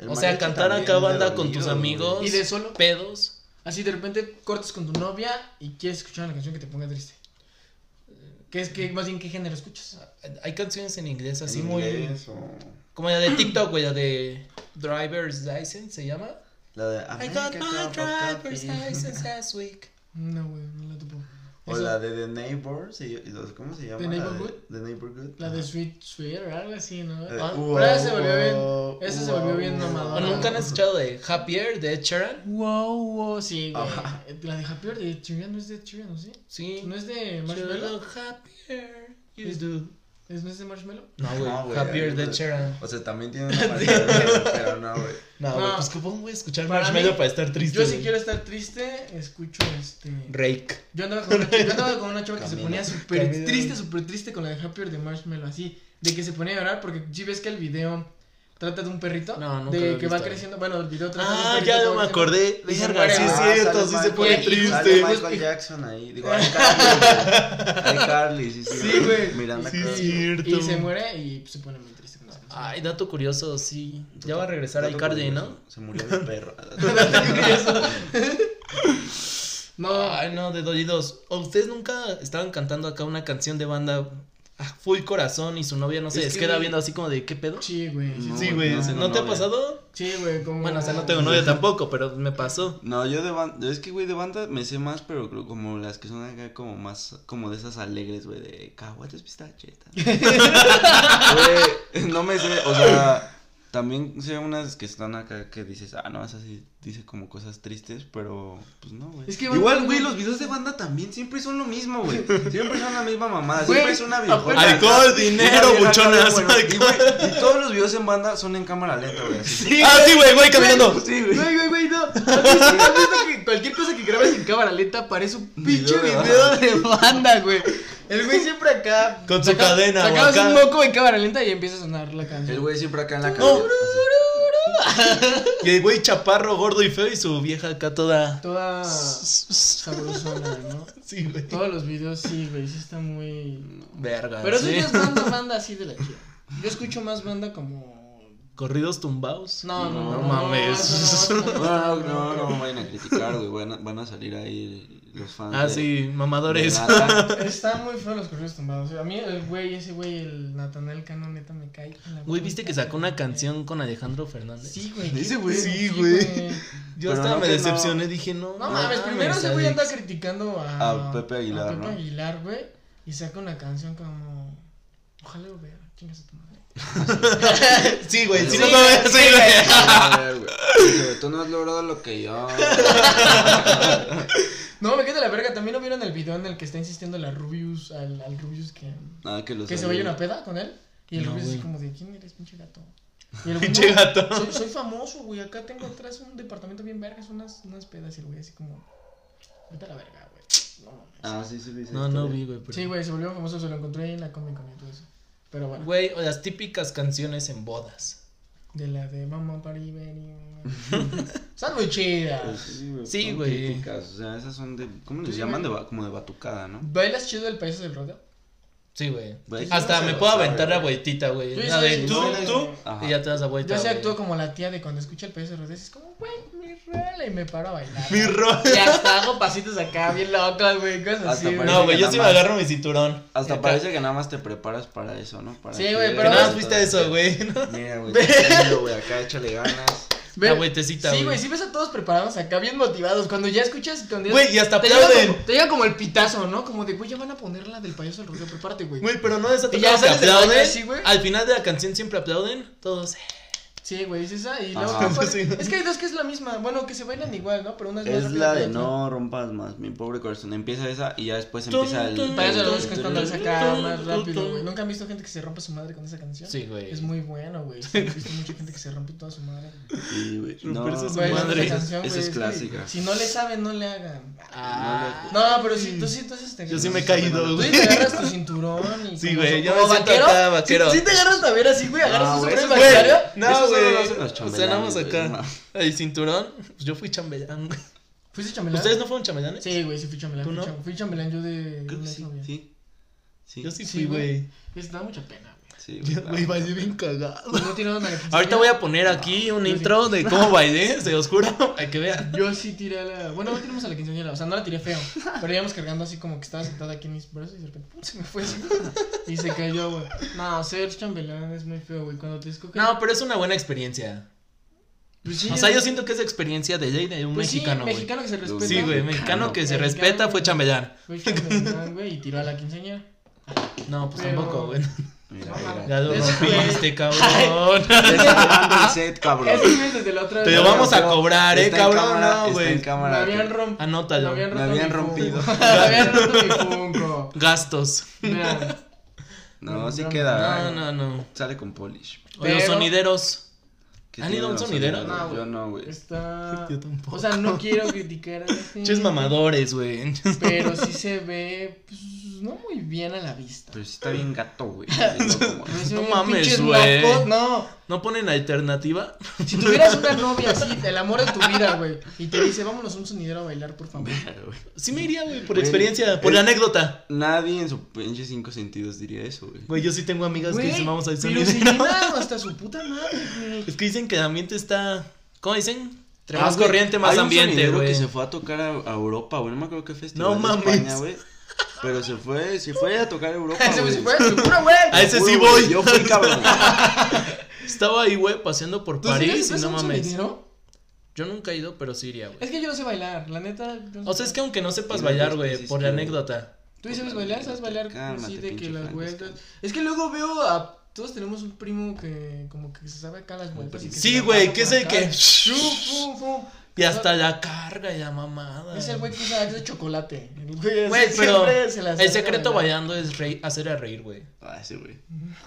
Speaker 3: El
Speaker 2: o sea,
Speaker 3: mariachi
Speaker 2: cantar
Speaker 3: también
Speaker 2: acá
Speaker 3: es de
Speaker 2: banda con tus
Speaker 3: dolidos, güey.
Speaker 2: amigos.
Speaker 1: Y de solo.
Speaker 2: Pedos.
Speaker 1: Así de repente cortas con tu novia y quieres escuchar una canción que te ponga triste. ¿Qué es que más bien qué género escuchas?
Speaker 2: Hay canciones en inglés así
Speaker 3: En
Speaker 2: muy.
Speaker 3: inglés o-
Speaker 2: Como la de TikTok, güey, la de Driver's License se llama.
Speaker 3: La de
Speaker 2: I
Speaker 3: America
Speaker 2: got my
Speaker 3: Cup of
Speaker 2: driver's
Speaker 3: Coffee.
Speaker 2: license last week.
Speaker 1: No, güey, no la topo.
Speaker 3: O
Speaker 1: Esa-
Speaker 3: la de The Neighbors. y- y los- ¿Cómo se llama?
Speaker 1: ¿The
Speaker 3: La de-
Speaker 1: Neighborhood?
Speaker 3: The Neighborhood.
Speaker 1: la de
Speaker 3: Ajá. Eh.
Speaker 1: Sweet Sweet o algo así, ¿no?
Speaker 3: La de,
Speaker 1: Ah,
Speaker 3: "Ua,
Speaker 1: pero esa se volvió
Speaker 3: ua,
Speaker 1: bien. esa se
Speaker 3: ua,
Speaker 1: volvió bien
Speaker 3: ua".
Speaker 1: mamadora.
Speaker 2: ¿O nunca han escuchado de Happier de Ed Sheeran?
Speaker 1: Wow, wow, sí, güey.
Speaker 3: Ajá.
Speaker 1: La de Happy Hour de Chivia no es de Chivia, ¿no? ¿Sí?
Speaker 2: Sí.
Speaker 1: ¿No es de Marshmallow?
Speaker 2: Sure, happier you do.
Speaker 1: ¿Es- ¿No es de Marshmallow?
Speaker 2: No, güey.
Speaker 3: No, güey,
Speaker 2: happier de
Speaker 3: ahorita-
Speaker 2: Ed Sheeran.
Speaker 3: O sea, también tiene una pareja, güey, pero no, güey.
Speaker 2: No,
Speaker 1: No.
Speaker 2: güey. Pues, ¿cómo voy a escuchar
Speaker 1: Para
Speaker 2: Marshmallow
Speaker 1: mí,
Speaker 2: para estar triste?
Speaker 1: Yo si
Speaker 2: güey?
Speaker 1: quiero estar triste, escucho este...
Speaker 2: Rake.
Speaker 1: Yo andaba con una, yo andaba con una chava que se
Speaker 3: Camila.
Speaker 1: ponía súper
Speaker 2: Camila.
Speaker 1: triste, súper triste con la de Happy Hour de Marshmallow, así, de que se ponía a llorar porque si ves que el video trata de un perrito,
Speaker 2: No, nunca lo
Speaker 1: de
Speaker 2: he
Speaker 1: que va
Speaker 2: visto.
Speaker 1: creciendo, bueno, el video trata de un
Speaker 2: Ah,
Speaker 1: perrito
Speaker 2: ya
Speaker 1: que
Speaker 2: no
Speaker 1: va
Speaker 2: me
Speaker 1: creciendo.
Speaker 2: acordé.
Speaker 1: Y se
Speaker 2: Verga,
Speaker 1: muere,
Speaker 2: sí
Speaker 1: ah,
Speaker 2: es
Speaker 3: sale
Speaker 2: cierto, sí se
Speaker 3: Michael-
Speaker 2: pone
Speaker 1: y- y-
Speaker 2: triste.
Speaker 3: Sale Michael Jackson ahí. Digo, ay, Carly. Pues, güey. Ay, Carly, sí, sí.
Speaker 1: Sí, güey.
Speaker 3: Miranda
Speaker 2: Sí,
Speaker 3: Cross.
Speaker 2: sí. cierto.
Speaker 1: Y se muere y pues, se pone muy triste con esa canción.
Speaker 2: Ay, dato curioso, sí. Ya va a regresar
Speaker 3: Dato
Speaker 2: Icardi,
Speaker 3: curioso,
Speaker 2: ¿no?
Speaker 3: Se murió mi perro.
Speaker 1: No,
Speaker 2: Ay, no, de dolidos. ¿O ustedes nunca estaban cantando acá una canción de banda a full corazón y su novia, no sé,
Speaker 3: Es
Speaker 2: les
Speaker 3: que-
Speaker 2: queda viendo así como de qué pedo?
Speaker 1: sí, güey. sí,
Speaker 3: No,
Speaker 1: sí.
Speaker 2: sí, güey.
Speaker 3: no,
Speaker 2: ¿No,
Speaker 3: no,
Speaker 2: te ha
Speaker 3: novia.
Speaker 2: pasado?
Speaker 1: Sí, güey, como...
Speaker 2: Bueno, o sea, no tengo novia tampoco, pero me pasó.
Speaker 3: No, yo de banda, es que güey de banda me sé más, pero creo como las que son acá como más, como de esas alegres, güey, de caguates pistacheta. Güey, no me sé, o sea, también sé unas que están acá que dices, ah, no, esas sí dice como cosas tristes, pero pues no, güey.
Speaker 1: Es que
Speaker 3: Igual,
Speaker 1: banda-
Speaker 3: güey, los videos de banda también siempre son lo mismo, güey. Siempre son la misma mamada,
Speaker 1: Güey,
Speaker 3: siempre es una viejona.
Speaker 1: aparte-
Speaker 2: Alcohol, dinero,
Speaker 3: Una vieja
Speaker 2: buchonas,
Speaker 3: acá, güey, y, güey,
Speaker 2: alcohol.
Speaker 3: y todos los videos en banda son en cámara lenta, güey. así.
Speaker 1: Sí,
Speaker 2: ah, sí, güey, güey, caminando.
Speaker 3: Sí, güey.
Speaker 1: Güey, güey, güey, no. ¿Has visto- has visto que cualquier cosa que grabes en cámara lenta parece un pinche
Speaker 3: Video de
Speaker 1: video de banda, güey. El güey siempre acá.
Speaker 2: Con su cadena, güey,
Speaker 1: Sacabas
Speaker 2: acá.
Speaker 1: un moco en cámara lenta y empieza a sonar la
Speaker 3: El
Speaker 1: canción.
Speaker 3: güey siempre acá en la calle.
Speaker 2: No.
Speaker 3: así.
Speaker 2: Y el güey chaparro, gordo y feo y su vieja acá toda.
Speaker 1: Toda sabrosona, ¿no?
Speaker 2: Sí, güey.
Speaker 1: Todos los videos, sí, güey, sí está muy.
Speaker 2: Verga.
Speaker 1: Pero eso
Speaker 2: sí.
Speaker 1: ya es banda, banda así de la chida. Yo escucho más banda como.
Speaker 2: Corridos tumbados.
Speaker 1: No, no,
Speaker 3: No
Speaker 1: no.
Speaker 2: mames.
Speaker 1: no, no,
Speaker 3: No, no, no, no vayan a criticar, güey. Van a, van a salir ahí los fans.
Speaker 2: Ah,
Speaker 3: de-
Speaker 2: sí, mamadores.
Speaker 3: de Nata.
Speaker 1: Está muy feo los corridos tumbados. eh. A mí el güey, ese güey, el Natanel Cano, neta me cae. en la
Speaker 2: Güey, ¿viste que
Speaker 1: boca,
Speaker 2: sacó una
Speaker 1: güey?
Speaker 2: canción con Alejandro Fernández?
Speaker 1: Sí, güey.
Speaker 3: Ese
Speaker 1: qué
Speaker 3: güey.
Speaker 1: pedo,
Speaker 2: Sí, güey. Yo
Speaker 3: Pero
Speaker 2: hasta
Speaker 3: no
Speaker 2: me
Speaker 3: que no.
Speaker 2: decepcioné, dije, no.
Speaker 1: No mames, primero ese
Speaker 2: se
Speaker 1: güey anda criticando a,
Speaker 3: A Pepe Aguilar,
Speaker 1: a Pepe
Speaker 3: ¿no?
Speaker 1: Aguilar, güey. Y saca una canción como. Ojalá lo vea, chingas a tu madre.
Speaker 2: Sí, güey, sí,
Speaker 3: Sí,
Speaker 2: no lo ves, sí, güey.
Speaker 3: A ver, güey. Dice, Tú no has logrado lo que yo.
Speaker 1: No, me queda la verga. También no vieron el video en el que está insistiendo la Rubius, al, al Rubius que,
Speaker 3: Nada que los.
Speaker 1: que se vaya una peda con él. Y el
Speaker 2: No,
Speaker 1: Rubius
Speaker 2: güey.
Speaker 1: es como de: ¿Quién eres, pinche gato? Y el güey,
Speaker 2: Pinche
Speaker 1: "No,
Speaker 2: gato.
Speaker 1: Soy, soy famoso, güey. Acá tengo atrás un departamento bien vergas, unas, unas pedas y el güey así como. Vete a la verga, güey. No mames.
Speaker 3: Ah, sí, sí, lo hice.
Speaker 2: No, no vi, güey. pero-
Speaker 1: Sí, güey, se volvió famoso, se lo encontré ahí en la Comic Con y todo eso. Pero bueno.
Speaker 2: Güey, o las típicas canciones en bodas.
Speaker 1: De la de Mamá Party, Benny. Está muy chida.
Speaker 3: Pues sí, güey.
Speaker 2: Sí,
Speaker 3: son
Speaker 2: güey.
Speaker 3: típicas, O sea, esas son de. ¿Cómo les
Speaker 1: Sí,
Speaker 3: llaman? De,
Speaker 1: güey.
Speaker 3: ba- como de batucada, ¿no?
Speaker 1: ¿Bailas chido el país del rodeo?
Speaker 2: Sí, güey.
Speaker 3: Güey,
Speaker 2: Hasta
Speaker 3: no
Speaker 2: me
Speaker 3: se
Speaker 2: puedo
Speaker 3: lo sabe,
Speaker 2: aventar la
Speaker 3: güey.
Speaker 2: vueltita, güey.
Speaker 1: Yo
Speaker 2: La
Speaker 1: hice
Speaker 2: de
Speaker 1: eso,
Speaker 2: tú,
Speaker 1: güey.
Speaker 2: tú.
Speaker 3: Ajá.
Speaker 2: Y ya te das la vuelta.
Speaker 1: Yo sí
Speaker 2: güey.
Speaker 1: actúo como la tía de cuando escucha el país del rodeo. Es como, güey, mi rola. Y me paro a bailar.
Speaker 2: Mi rol.
Speaker 1: Y hasta hago pasitos acá, bien locos, güey. Cosas
Speaker 3: Hasta
Speaker 1: así, güey.
Speaker 3: parece
Speaker 2: No, güey,
Speaker 3: que
Speaker 2: yo
Speaker 3: nada
Speaker 2: sí me
Speaker 3: más.
Speaker 2: agarro mi cinturón.
Speaker 3: Hasta
Speaker 2: Acá.
Speaker 3: parece que nada más te preparas para eso, ¿no? Para
Speaker 1: Sí,
Speaker 3: que-
Speaker 1: güey,
Speaker 2: Que
Speaker 1: pero-
Speaker 2: nada más fuiste a eso, güey. ¿no?
Speaker 3: Mira, güey, qué chido, güey, acá échale ganas.
Speaker 1: Ve-
Speaker 2: La vueltecita,
Speaker 1: Sí,
Speaker 2: güey.
Speaker 1: güey, sí ves a todos preparados acá, bien motivados. Cuando ya escuchas, cuando ya-
Speaker 2: Güey, y hasta
Speaker 1: te llega,
Speaker 2: aplauden.
Speaker 1: como, te llega como el pitazo, ¿no? Como de, güey, ya van a poner la del payaso del rodeo, prepárate, güey.
Speaker 2: Güey, pero no es
Speaker 1: Y ya
Speaker 2: que
Speaker 1: sales de la
Speaker 2: aplauden.
Speaker 1: calle así, güey.
Speaker 2: Al final de la canción siempre aplauden. Todos. eh.
Speaker 1: Sí, güey, es esa. Y
Speaker 3: Ajá.
Speaker 1: luego, ¿qué pasa?
Speaker 2: Ah, pues Sí, güey.
Speaker 1: es que hay dos que es la misma. Bueno, que se bailan igual, ¿no? Pero una es, más
Speaker 3: Es
Speaker 1: rápida
Speaker 3: la
Speaker 1: que
Speaker 3: de
Speaker 1: otra.
Speaker 3: no rompas más, mi pobre corazón. Empieza esa y ya después
Speaker 2: Tum,
Speaker 3: empieza el.
Speaker 2: tum,
Speaker 1: Payaso del rodeo
Speaker 2: tum,
Speaker 1: es que es cuando
Speaker 2: tum,
Speaker 1: saca
Speaker 2: tum,
Speaker 1: más
Speaker 2: tum,
Speaker 1: rápido,
Speaker 2: tum.
Speaker 1: güey. ¿Nunca han visto gente que se rompe su madre con esa canción?
Speaker 2: Sí, güey.
Speaker 1: Es muy bueno, güey. Sí, He visto mucha gente que se rompe toda su madre.
Speaker 3: Sí, güey. No,
Speaker 2: Romperse su
Speaker 1: Güey,
Speaker 3: güey,
Speaker 1: esa
Speaker 2: madre.
Speaker 1: canción,
Speaker 3: Esa
Speaker 1: güey,
Speaker 3: es
Speaker 1: que
Speaker 3: clásica.
Speaker 1: Si no le saben, no le hagan.
Speaker 2: Ah.
Speaker 1: No, pero si tú sí, entonces te
Speaker 2: Yo sí me he
Speaker 1: agarras-
Speaker 2: caído,
Speaker 1: Tú
Speaker 2: güey.
Speaker 1: sí te agarras tu cinturón y.
Speaker 2: Sí,
Speaker 1: como-
Speaker 2: güey, yo
Speaker 1: como
Speaker 2: me siento
Speaker 1: vaquero.
Speaker 2: acá, vaquero.
Speaker 1: Sí, sí te agarras también así, güey. Agarras
Speaker 3: No,
Speaker 1: un
Speaker 3: güey,
Speaker 1: sombrero
Speaker 3: eso es-
Speaker 1: imaginario.
Speaker 2: No,
Speaker 3: Eso solo lo hacen
Speaker 2: güey.
Speaker 3: los chambelanes,
Speaker 2: Cenamos
Speaker 3: güey,
Speaker 2: acá.
Speaker 3: no.
Speaker 2: El cinturón. Pues yo fui chambelán, güey.
Speaker 1: ¿Fuiste chambelán?
Speaker 2: ¿Ustedes no fueron chambelanes?
Speaker 1: Sí, güey, sí fui chambelán.
Speaker 2: ¿Tú
Speaker 1: fui
Speaker 2: no?
Speaker 1: cham- Fui chambelán yo de.
Speaker 3: Creo que
Speaker 1: una
Speaker 3: sí,
Speaker 1: novia.
Speaker 3: sí. Sí,
Speaker 2: Yo sí
Speaker 1: Sí,
Speaker 2: fui,
Speaker 1: güey.
Speaker 2: güey.
Speaker 1: Les da mucha pena, güey.
Speaker 3: sí,
Speaker 2: Ya, Güey,
Speaker 3: claro.
Speaker 2: bailé bien cagado.
Speaker 1: Pues no tiraron mariposas.
Speaker 2: Ahorita voy a poner aquí
Speaker 1: yo
Speaker 2: un
Speaker 1: sí.
Speaker 2: intro de cómo bailé, se os juro, para que vean.
Speaker 1: Yo sí tiré a la. Bueno, no tiramos a la quinceañera. O sea, no la tiré feo. Pero íbamos cargando así como que estaba sentada aquí en mis brazos y de repente ¡pum! se me fue así. Y se cayó, güey. No, ser chambelán es muy feo, güey. Cuando te escogen.
Speaker 2: No, pero es una buena experiencia.
Speaker 1: Pues sí,
Speaker 2: O sea, yo
Speaker 1: es-
Speaker 2: siento que es experiencia de ley de un
Speaker 1: pues sí,
Speaker 2: mexicano, güey.
Speaker 1: mexicano que se respeta.
Speaker 2: Sí, güey, mexicano que se respeta fue chambelán.
Speaker 1: Fue chambelán, güey, y tiró a la quinceañera.
Speaker 2: No, pues
Speaker 1: Pero-
Speaker 2: tampoco, güey.
Speaker 3: Mira,
Speaker 1: No,
Speaker 3: mira.
Speaker 2: Ya lo
Speaker 1: Eso, güey.
Speaker 2: rompiste, cabrón.
Speaker 3: Te está grabando el set, cabrón.
Speaker 1: Eso es desde la otra
Speaker 2: Te
Speaker 1: vez.
Speaker 2: lo vamos a cobrar, eh,
Speaker 3: Está en
Speaker 2: cabrón.
Speaker 3: cámara,
Speaker 2: No,
Speaker 3: Está en
Speaker 2: güey.
Speaker 1: Me
Speaker 3: cámara.
Speaker 1: habían rompido.
Speaker 2: Anótalo.
Speaker 3: Me habían rompido.
Speaker 1: Me habían roto mi Funko.
Speaker 2: Gastos.
Speaker 1: Vean.
Speaker 3: No, sí
Speaker 1: No,
Speaker 3: queda.
Speaker 2: No, ¿eh? no, no.
Speaker 3: Sale con polish.
Speaker 2: O los
Speaker 1: Pero-
Speaker 2: sonideros.
Speaker 3: ¿Qué
Speaker 2: ¿Han
Speaker 3: tienen
Speaker 2: ido a un
Speaker 3: los
Speaker 2: sonidero?
Speaker 3: sonideros?
Speaker 1: No, güey.
Speaker 3: Yo no, güey.
Speaker 1: Está.
Speaker 2: Yo tampoco.
Speaker 1: O sea, no quiero criticar a la gente,
Speaker 2: Ches mamadores, güey.
Speaker 1: Pero sí se ve, pues, no muy bien a la vista.
Speaker 3: Pero sí está bien gato, güey. Es como-
Speaker 1: Pero se
Speaker 2: Pues, No
Speaker 1: ven
Speaker 2: mames,
Speaker 1: pinches
Speaker 2: güey.
Speaker 1: locos, No,
Speaker 2: ¿No ponen alternativa?
Speaker 1: si tuvieras una novia así, el amor de tu vida, güey, y te dice, vámonos a un sonidero a bailar, por favor.
Speaker 3: Claro, güey.
Speaker 2: Sí me iría, güey, por
Speaker 3: Güey,
Speaker 2: experiencia, por
Speaker 3: es-
Speaker 2: la anécdota.
Speaker 3: Nadie en su pinche cinco sentidos diría eso, güey.
Speaker 2: Güey, yo sí tengo amigas que
Speaker 1: Güey,
Speaker 2: dicen vamos al
Speaker 1: pero se
Speaker 2: sonidero.
Speaker 1: llena hasta su puta madre, güey.
Speaker 2: Es que dicen que el ambiente está. ¿Cómo dicen? Entre
Speaker 3: Ah,
Speaker 2: más
Speaker 3: güey,
Speaker 2: corriente, más
Speaker 3: hay un
Speaker 2: ambiente,
Speaker 3: sonidero
Speaker 2: güey.
Speaker 3: que se fue a tocar a, a Europa, güey. No me acuerdo qué festival.
Speaker 2: No
Speaker 3: de
Speaker 2: mames.
Speaker 3: España, güey. Pero se fue, se fue a tocar a Europa.
Speaker 1: Ese güey
Speaker 3: güey.
Speaker 1: se fue, seguro, güey.
Speaker 2: A ese
Speaker 3: Juro,
Speaker 2: sí
Speaker 3: güey,
Speaker 2: voy.
Speaker 3: Yo fui cabrón. Ah,
Speaker 2: Estaba ahí, güey, paseando por
Speaker 1: ¿Tú sí
Speaker 2: París
Speaker 1: ves
Speaker 2: y
Speaker 1: a
Speaker 2: no
Speaker 1: un
Speaker 2: mames.
Speaker 1: sonidero?
Speaker 2: Yo nunca he ido, pero sí iría, güey.
Speaker 1: Es que yo no sé bailar, la neta. yo no
Speaker 2: O sea,
Speaker 1: sé.
Speaker 2: es que aunque no sepas
Speaker 3: Y
Speaker 2: bailar,
Speaker 3: después
Speaker 2: güey,
Speaker 3: dices
Speaker 2: por la
Speaker 3: que-
Speaker 2: anécdota.
Speaker 1: ¿Tú sí sabes bailar? ¿Sabes bailar
Speaker 3: Cálmate,
Speaker 1: así de que
Speaker 3: pinche
Speaker 1: las
Speaker 3: Franco,
Speaker 1: vueltas?
Speaker 3: sí.
Speaker 1: Es que luego veo a... Todos tenemos un primo que como que se sabe acá las vueltas. y que se
Speaker 2: Sí,
Speaker 1: la
Speaker 2: güey,
Speaker 1: pasa
Speaker 2: que es
Speaker 1: por
Speaker 2: el
Speaker 1: acá.
Speaker 2: que.
Speaker 1: Fum, fum, fum.
Speaker 2: Y hasta la carga y la mamada.
Speaker 1: Es el güey que usa es de chocolate. El güey
Speaker 2: Güey,
Speaker 1: así
Speaker 2: pero
Speaker 1: siempre se las
Speaker 2: el
Speaker 1: saca
Speaker 2: secreto
Speaker 1: bailar.
Speaker 2: bailando es reír- hacer a reír, güey.
Speaker 3: Ah, ese güey.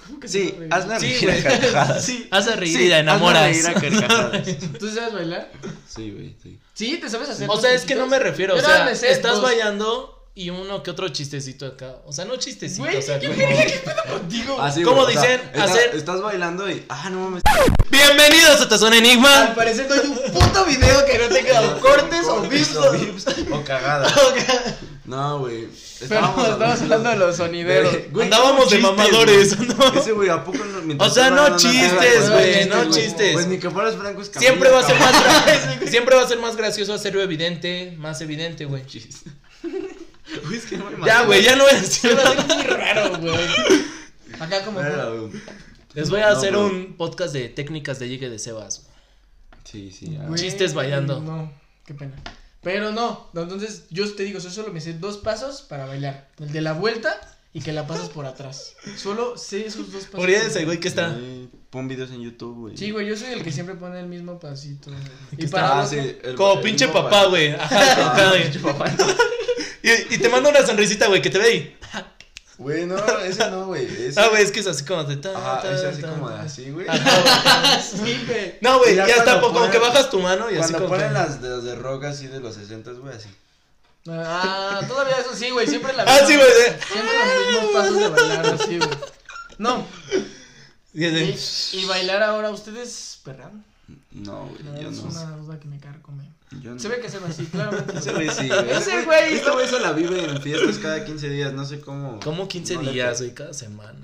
Speaker 1: ¿Cómo que se
Speaker 3: Sí,
Speaker 1: sabe bailar?
Speaker 3: hazla
Speaker 2: Sí,
Speaker 3: reír a
Speaker 2: güey.
Speaker 3: carcajadas.
Speaker 2: Sí, hace reír y
Speaker 3: Sí,
Speaker 2: la
Speaker 3: hazla
Speaker 2: enamoras.
Speaker 3: reír a carcajadas.
Speaker 1: ¿Tú sabes bailar?
Speaker 3: Sí, güey, sí.
Speaker 1: Sí, ¿te sabes hacer?
Speaker 2: O
Speaker 1: los
Speaker 2: sea, es que no me refiero, o
Speaker 1: Yo nada
Speaker 2: sea,
Speaker 1: me sé pues.
Speaker 2: estás
Speaker 1: dos.
Speaker 2: bailando y uno que otro chistecito acá. O sea, no chistecito,
Speaker 1: Güey,
Speaker 2: o sea,
Speaker 1: ¿qué,
Speaker 2: como-
Speaker 1: qué pedo contigo?
Speaker 3: Así,
Speaker 2: ¿Cómo
Speaker 3: güey, o sea,
Speaker 2: dicen?
Speaker 3: estás-
Speaker 2: Hacer-
Speaker 3: Estás bailando y. Ah, no mames.
Speaker 2: Bienvenidos a Tazón
Speaker 1: Al
Speaker 2: Enigma.
Speaker 1: parecer no hay un puto video que no tenga o cortes o vistos.
Speaker 3: O cagadas. No, güey.
Speaker 1: Pero estamos hablando de los sonideros.
Speaker 3: Güey,
Speaker 2: Andábamos de
Speaker 3: chistes,
Speaker 2: mamadores,
Speaker 3: güey.
Speaker 2: ¿no?
Speaker 3: Ese güey, ¿a poco no? mientras
Speaker 2: O sea,
Speaker 3: estás
Speaker 2: no
Speaker 3: hablando,
Speaker 2: chistes,
Speaker 3: te-
Speaker 1: güey, no
Speaker 2: chistes.
Speaker 3: Pues ni que fueras Franco Escamilla,
Speaker 2: Siempre va a ser
Speaker 3: cabrón.
Speaker 2: más gra- siempre va a ser más gracioso hacerlo evidente, más evidente, güey.
Speaker 3: Chis. Güey, es que no me
Speaker 2: Ya,
Speaker 3: imagino.
Speaker 2: güey, ya no voy a decir nada.
Speaker 1: Es muy raro, güey. Acá como...
Speaker 3: Verga, güey.
Speaker 2: Les voy a
Speaker 3: No, Pues
Speaker 2: hacer
Speaker 3: güey.
Speaker 2: un podcast de técnicas de llegue de Sebas. güey.
Speaker 3: Sí, sí. ah.
Speaker 1: Güey,
Speaker 2: Chistes bailando.
Speaker 1: No, qué pena. Pero no, no, entonces yo te digo, yo solo me sé dos pasos para bailar. El de la vuelta y que la pasas por atrás. Solo sé esos dos pasos.
Speaker 2: Uriel es el güey que está
Speaker 3: Sí, Pon videos en YouTube, güey.
Speaker 1: Sí, güey, yo soy el que siempre pone el mismo pasito. güey.
Speaker 2: Que
Speaker 1: Y
Speaker 2: está-
Speaker 1: para
Speaker 3: Ah,
Speaker 1: los-
Speaker 3: sí, el-
Speaker 2: como
Speaker 3: el
Speaker 2: pinche
Speaker 3: mismo
Speaker 2: papá,
Speaker 3: pa-
Speaker 2: güey. Ajá, con cara
Speaker 3: Ah,
Speaker 2: de-
Speaker 3: pinche papá.
Speaker 2: Y, y te manda una sonrisita, güey, que te ve ahí.
Speaker 3: Güey, no, ese no, güey. ese-
Speaker 2: Ah, güey, es que es así como de ta,
Speaker 3: Ajá,
Speaker 2: ta,
Speaker 3: ese así
Speaker 2: ta,
Speaker 3: como de
Speaker 2: ta.
Speaker 3: así, güey.
Speaker 1: Sí, güey.
Speaker 2: No, güey,
Speaker 3: Y
Speaker 2: ya,
Speaker 3: ya
Speaker 2: está,
Speaker 3: cuando
Speaker 2: po- como
Speaker 3: ponen-
Speaker 2: que bajas tu mano y así
Speaker 3: Cuando
Speaker 2: como
Speaker 3: ponen
Speaker 2: que-
Speaker 3: las de, las de rock así de los 60, güey, así.
Speaker 1: Ah, todavía eso sí, güey, siempre la
Speaker 2: Ah, sí, güey. de-
Speaker 1: Siempre los mismos pasos de bailar así, güey. No, Y, y bailar ahora, ¿ustedes perran?
Speaker 3: No, güey,
Speaker 1: La
Speaker 3: yo
Speaker 1: verdad es
Speaker 3: no.
Speaker 1: una duda que me carcome.
Speaker 3: Yo no.
Speaker 1: Se ve que se ve así, claramente.
Speaker 3: Ese güey sí, güey.
Speaker 1: Ese güey.
Speaker 3: Este güey se la vive en fiestas cada 15 días, no sé cómo.
Speaker 2: Como 15
Speaker 3: no le
Speaker 2: días,
Speaker 3: pe-
Speaker 2: güey, cada semana.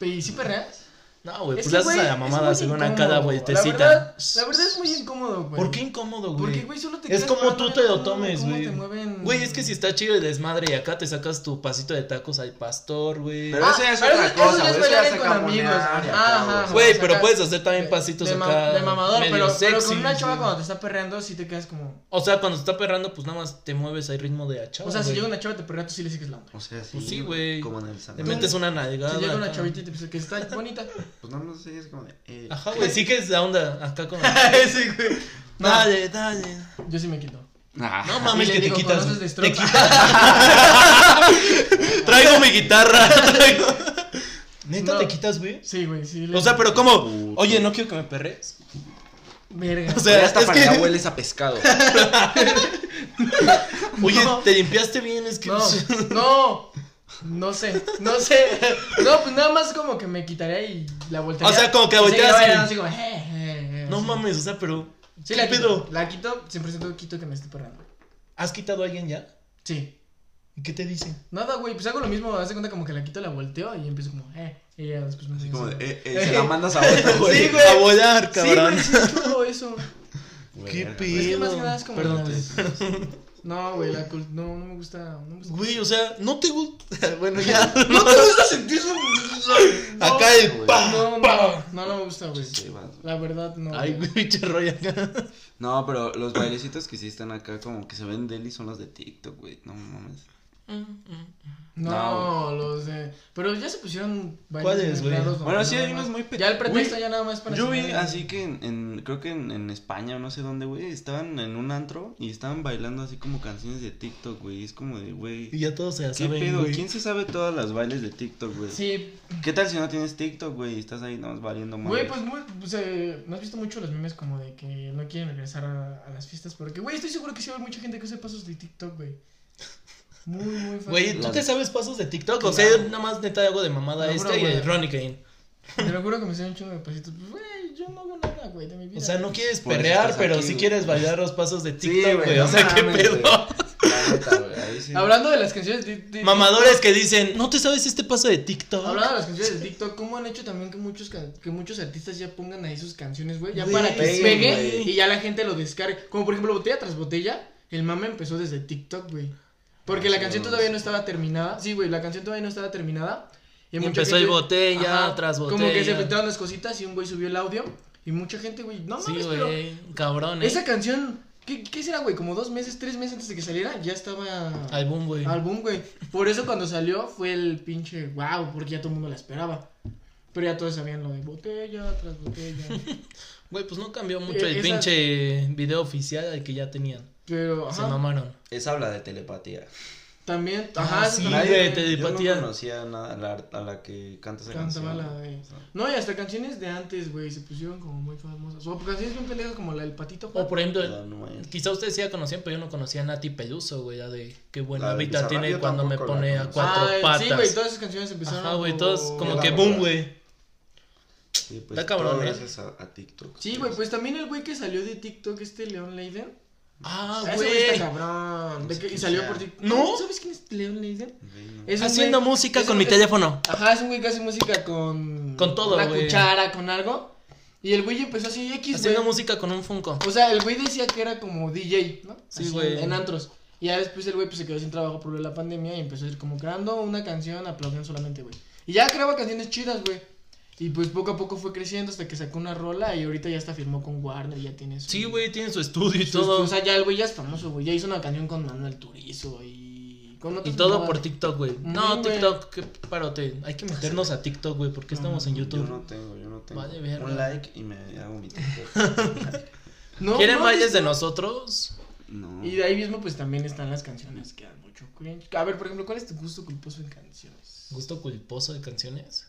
Speaker 1: ¿Y si perreas?
Speaker 2: No, güey,
Speaker 1: Es que,
Speaker 2: pues le haces
Speaker 1: güey,
Speaker 2: a la
Speaker 1: es
Speaker 2: mamada
Speaker 1: muy
Speaker 2: según a
Speaker 1: incómodo.
Speaker 2: cada
Speaker 1: La
Speaker 2: vueltecita.
Speaker 1: verdad, la verdad es muy incómodo, güey.
Speaker 2: ¿Por qué incómodo, güey?
Speaker 1: Porque, güey, mm. solo te
Speaker 2: Es
Speaker 1: quedas
Speaker 2: como
Speaker 1: parado
Speaker 2: tú
Speaker 1: viendo
Speaker 2: te lo
Speaker 1: cómo-
Speaker 2: tomes,
Speaker 1: cómo
Speaker 2: güey.
Speaker 1: te mueven-
Speaker 2: Güey, es que si está chido el desmadre y acá te sacas tu pasito de tacos al pastor, güey.
Speaker 3: Pero
Speaker 1: Ah,
Speaker 3: esa es
Speaker 1: pero
Speaker 3: otra
Speaker 1: eso- eso ya es
Speaker 3: cosa, güey. Eso ya
Speaker 1: bailar
Speaker 3: se
Speaker 1: con
Speaker 3: camonear
Speaker 1: amigos,
Speaker 3: y
Speaker 1: ajá,
Speaker 3: acá,
Speaker 1: ajá.
Speaker 2: Güey,
Speaker 1: o sea,
Speaker 2: pero
Speaker 1: acá-
Speaker 2: puedes hacer también
Speaker 1: de-
Speaker 2: pasitos
Speaker 1: de ma-
Speaker 2: acá.
Speaker 1: de mamador,
Speaker 2: medio
Speaker 1: pero, pero con
Speaker 2: sexys,
Speaker 1: una chava
Speaker 2: güey.
Speaker 1: cuando te está perreando, sí te quedas como.
Speaker 2: O sea, cuando se está perrando, pues nada más te mueves al ritmo de la chava.
Speaker 1: O sea, si
Speaker 2: güey.
Speaker 1: llega una chava y te perrea, tú sí le sigues la onda.
Speaker 3: O sea, sí.
Speaker 2: Pues sí, güey.
Speaker 3: Como en el
Speaker 2: Te
Speaker 3: salón.
Speaker 2: metes una nalgada.
Speaker 1: Si llega una
Speaker 2: acá.
Speaker 1: chavita y te dice que está bonita.
Speaker 3: Pues no, no sé, es como de. eh,
Speaker 2: Ajá, güey, sí que es la onda acá con...
Speaker 1: sí, güey. No,
Speaker 2: Dale, dale.
Speaker 1: yo sí me quito.
Speaker 3: ah,
Speaker 2: No
Speaker 1: Y
Speaker 2: mames,
Speaker 1: le
Speaker 2: que te
Speaker 1: digo,
Speaker 2: quitas.
Speaker 1: "¿Conoces de
Speaker 2: güey. Te
Speaker 1: Strokes?"
Speaker 2: quitas. Traigo mi guitarra. traigo- Neta,
Speaker 1: No.
Speaker 2: te quitas, güey.
Speaker 1: Sí, güey, sí. le-
Speaker 2: O sea, pero ¿cómo?
Speaker 3: Puto.
Speaker 2: Oye, no quiero que me perres.
Speaker 1: Verga.
Speaker 2: O
Speaker 3: ya
Speaker 2: sea,
Speaker 3: hasta
Speaker 2: es
Speaker 3: para
Speaker 2: que.
Speaker 3: la hueles a pescado.
Speaker 2: Oye,
Speaker 1: No.
Speaker 2: te limpiaste bien, es que.
Speaker 1: No, no, no sé, no sé. No, pues nada más como que me quitaría y la voltearía.
Speaker 2: O sea, como que
Speaker 1: Y
Speaker 2: volteas
Speaker 1: seguiría
Speaker 2: y-
Speaker 1: bailando así como, "Eh, eh, eh",
Speaker 2: No
Speaker 1: así.
Speaker 2: mames, o sea, pero.
Speaker 1: Sí,
Speaker 2: ¿qué
Speaker 1: la quito.
Speaker 2: pedo?
Speaker 1: La quito, 100% quito que me esté perrando.
Speaker 2: ¿Has quitado a alguien ya?
Speaker 1: Sí.
Speaker 2: ¿Y qué te dice?
Speaker 1: Nada, güey, pues hago lo mismo, haz de cuenta como que la quito, la volteo y empiezo como, eh, y ya después me
Speaker 3: Así
Speaker 1: sigue
Speaker 3: como de,
Speaker 1: haciendo.
Speaker 3: eh, eh, se la mandas a otro, güey.
Speaker 1: Sí, güey.
Speaker 2: A volar,
Speaker 1: Sí, güey,
Speaker 2: cabrón.
Speaker 1: sí, es todo eso.
Speaker 2: qué
Speaker 3: Verga,
Speaker 1: Es
Speaker 2: pedo.
Speaker 1: que más que nada es como.
Speaker 2: Perdón,
Speaker 1: No, güey, la cul... no, no me gusta, no me gusta.
Speaker 2: Güey, o sea, no te gusta. Bueno, ya.
Speaker 1: No te gusta sentir eso.
Speaker 2: Acá el.
Speaker 3: güey.
Speaker 2: pa,
Speaker 1: No, no,
Speaker 2: pa.
Speaker 1: no, no me gusta, güey.
Speaker 3: Sí, vas, güey.
Speaker 1: La verdad, no.
Speaker 2: Ay, güey, pinche rollo acá.
Speaker 3: No, pero los bailecitos que sí están acá, como que se ven deli, son los de TikTok, güey. No mames.
Speaker 1: No, los de. Pero ya se pusieron varios
Speaker 2: ¿Cuáles, güey?
Speaker 1: mercados donde
Speaker 3: Bueno, sí,
Speaker 1: nada
Speaker 3: hay unos
Speaker 1: más-
Speaker 3: muy pe-
Speaker 1: Ya el pretexto
Speaker 3: Güey,
Speaker 1: ya nada más para.
Speaker 3: Yo vi
Speaker 1: señalar el-
Speaker 3: así que en, en- creo que en, en España, no sé dónde, güey, estaban en un antro y estaban bailando así como canciones de TikTok, güey. y Es como de,
Speaker 2: Y
Speaker 3: güey,
Speaker 2: ya todos se la
Speaker 3: ¿qué
Speaker 2: saben,
Speaker 3: pedo?
Speaker 2: güey.
Speaker 3: ¿Quién se sabe todas las bailes de TikTok, güey?
Speaker 1: Sí,
Speaker 3: ¿Qué tal si no tienes TikTok, güey? Y estás ahí nomás valiendo mal.
Speaker 1: güey, pues muy. Pues, eh, ¿No has visto mucho los memes como de que no quieren regresar a, a las fiestas? Porque, güey, estoy seguro que sí va a haber mucha gente que hace pasos de TikTok, güey. Muy, muy fácil.
Speaker 2: Güey, ¿tú
Speaker 3: Las-
Speaker 2: te sabes pasos de TikTok? O
Speaker 1: Claro.
Speaker 2: sea, yo nada más neta hago de mamada
Speaker 1: Lo
Speaker 2: esta
Speaker 1: juro,
Speaker 2: y ¿eh? de
Speaker 1: güey.
Speaker 2: Ronnie Kane.
Speaker 1: Te lo juro que me sé un chingo de pasitos. Pues, güey, yo no hago nada, güey, de mi vida.
Speaker 2: O sea, no quieres
Speaker 1: pues,
Speaker 3: Por eso
Speaker 2: perrear,
Speaker 3: estás
Speaker 2: pero
Speaker 3: aquí,
Speaker 2: sí
Speaker 3: güey.
Speaker 2: quieres bailar los pasos de
Speaker 3: Sí,
Speaker 2: TikTok,
Speaker 3: güey,
Speaker 2: güey. o
Speaker 3: no
Speaker 2: sea, qué
Speaker 3: mames,
Speaker 2: pedo. pues,
Speaker 3: güey. La neta, güey, ahí sí.
Speaker 1: Hablando de las canciones de. de-
Speaker 2: Mamadores que dicen, ¿no te sabes este paso de TikTok?
Speaker 1: Hablando de las canciones de TikTok, ¿cómo han hecho también que muchos can- que muchos artistas ya pongan ahí sus canciones, güey? Ya
Speaker 2: Güey,
Speaker 1: para que
Speaker 3: peguen,
Speaker 1: pegue
Speaker 3: güey.
Speaker 1: y ya la gente lo descargue. Como por ejemplo, botella tras botella, el mame empezó desde TikTok, güey.
Speaker 2: Ah,
Speaker 1: Porque la
Speaker 3: Sí,
Speaker 1: canción
Speaker 3: no,
Speaker 1: todavía
Speaker 3: sí.
Speaker 1: no estaba terminada. Sí, güey, la canción todavía no estaba terminada.
Speaker 2: Y
Speaker 1: mucha
Speaker 2: empezó el botella tras
Speaker 1: Como que se
Speaker 2: botella.
Speaker 1: inventaron las cositas y un güey subió el audio. Y mucha gente, güey, no
Speaker 2: Sí,
Speaker 1: mames, pero
Speaker 2: güey, cabrón, eh.
Speaker 1: esa canción, ¿qué, ¿qué será, güey? Como dos meses, tres meses antes de que saliera, ya estaba
Speaker 2: Álbum, güey.
Speaker 1: álbum, güey. Por eso cuando salió fue el pinche wow, porque ya todo el mundo la esperaba. Pero ya todos sabían lo de botella tras botella.
Speaker 2: Güey, pues no cambió mucho
Speaker 1: Eh,
Speaker 2: el
Speaker 1: esa-
Speaker 2: pinche video oficial al que ya tenían.
Speaker 1: Pero,
Speaker 2: Se
Speaker 1: ajá.
Speaker 2: mamaron.
Speaker 3: Esa habla de telepatía.
Speaker 1: También,
Speaker 2: Ah,
Speaker 1: ajá,
Speaker 2: sí,
Speaker 1: sí,
Speaker 2: güey,
Speaker 1: también
Speaker 2: te-
Speaker 3: Yo
Speaker 2: telepatía.
Speaker 3: no conocía nada a la, a la que canta esa
Speaker 1: cantaba
Speaker 3: canción.
Speaker 1: la de- No, y hasta canciones de antes, güey, se pusieron como muy famosas. O canciones bien pendejas como la del Patito Juan.
Speaker 2: O por ejemplo,
Speaker 3: No, no, güey.
Speaker 2: quizá ustedes sí la conocían, pero yo no conocía a Nati Peluso, güey, la de qué buena
Speaker 3: La de
Speaker 2: vida
Speaker 3: Bizarrap,
Speaker 2: tiene
Speaker 3: yo
Speaker 2: cuando me
Speaker 3: tampoco la
Speaker 2: pone a
Speaker 3: conozco.
Speaker 2: cuatro
Speaker 1: Ah,
Speaker 2: patas.
Speaker 1: Sí, güey, todas esas canciones empezaron.
Speaker 2: Ajá, güey,
Speaker 1: por-
Speaker 2: todos como
Speaker 3: la
Speaker 2: que
Speaker 3: verdad.
Speaker 2: boom, güey.
Speaker 3: Sí, pues,
Speaker 2: Está cabrón,
Speaker 3: todo
Speaker 2: ¿eh?
Speaker 3: gracias a, a TikTok.
Speaker 1: Sí, güey, pues también el güey que salió de TikTok, este León Leiden.
Speaker 2: Ah,
Speaker 1: Ese güey
Speaker 2: güey.
Speaker 1: está cabrón. De
Speaker 3: sé
Speaker 1: que- y
Speaker 3: quién
Speaker 1: salió
Speaker 3: sea.
Speaker 1: por TikTok.
Speaker 2: ¿No?
Speaker 1: ¿Sabes quién es León Leiden?
Speaker 3: Güey, no.
Speaker 1: Es un
Speaker 2: Haciendo
Speaker 1: güey-
Speaker 2: música
Speaker 1: es
Speaker 2: con
Speaker 1: un-
Speaker 2: mi
Speaker 1: es-
Speaker 2: teléfono.
Speaker 1: Ajá, es un güey que hace música con.
Speaker 2: Con todo,
Speaker 1: Una
Speaker 2: güey.
Speaker 1: cuchara, con algo. Y el güey empezó así, X, güey. Pues,
Speaker 2: Haciendo música con un Funko.
Speaker 1: O sea, el güey decía que era como DJ, ¿no?
Speaker 2: Sí,
Speaker 1: Así,
Speaker 2: güey.
Speaker 1: En antros. Y ya después el güey pues, se quedó sin trabajo por lo de la pandemia y empezó a ir como creando una canción, aplaudiendo solamente, güey. Y ya creaba canciones chidas, güey. Y pues poco a poco fue creciendo hasta que sacó una rola y ahorita ya hasta firmó con Warner, ya tiene su-
Speaker 2: Sí, güey, tiene su estudio y
Speaker 1: su-
Speaker 2: todo.
Speaker 1: O sea, ya el güey ya es famoso, güey. Ya hizo una canción con Manuel Turizo y. Con
Speaker 2: Y
Speaker 1: otros
Speaker 2: todo
Speaker 1: mamadas.
Speaker 2: por TikTok, güey.
Speaker 1: Ujú,
Speaker 2: No,
Speaker 1: güey.
Speaker 2: TikTok, qué parote. Hay que meternos a TikTok, güey, porque
Speaker 1: No,
Speaker 2: estamos en
Speaker 3: Yo
Speaker 2: YouTube.
Speaker 3: no tengo, yo no tengo.
Speaker 2: Vale, verga.
Speaker 3: Un like y me hago mi TikTok.
Speaker 1: No,
Speaker 2: ¿Quieren
Speaker 1: no,
Speaker 2: bailes
Speaker 1: ¿viste?
Speaker 2: de nosotros?
Speaker 3: no.
Speaker 1: Y de ahí mismo, pues también están las canciones que dan mucho cringe. A ver, por ejemplo, ¿cuál es tu gusto culposo en canciones?
Speaker 2: Gusto culposo de canciones.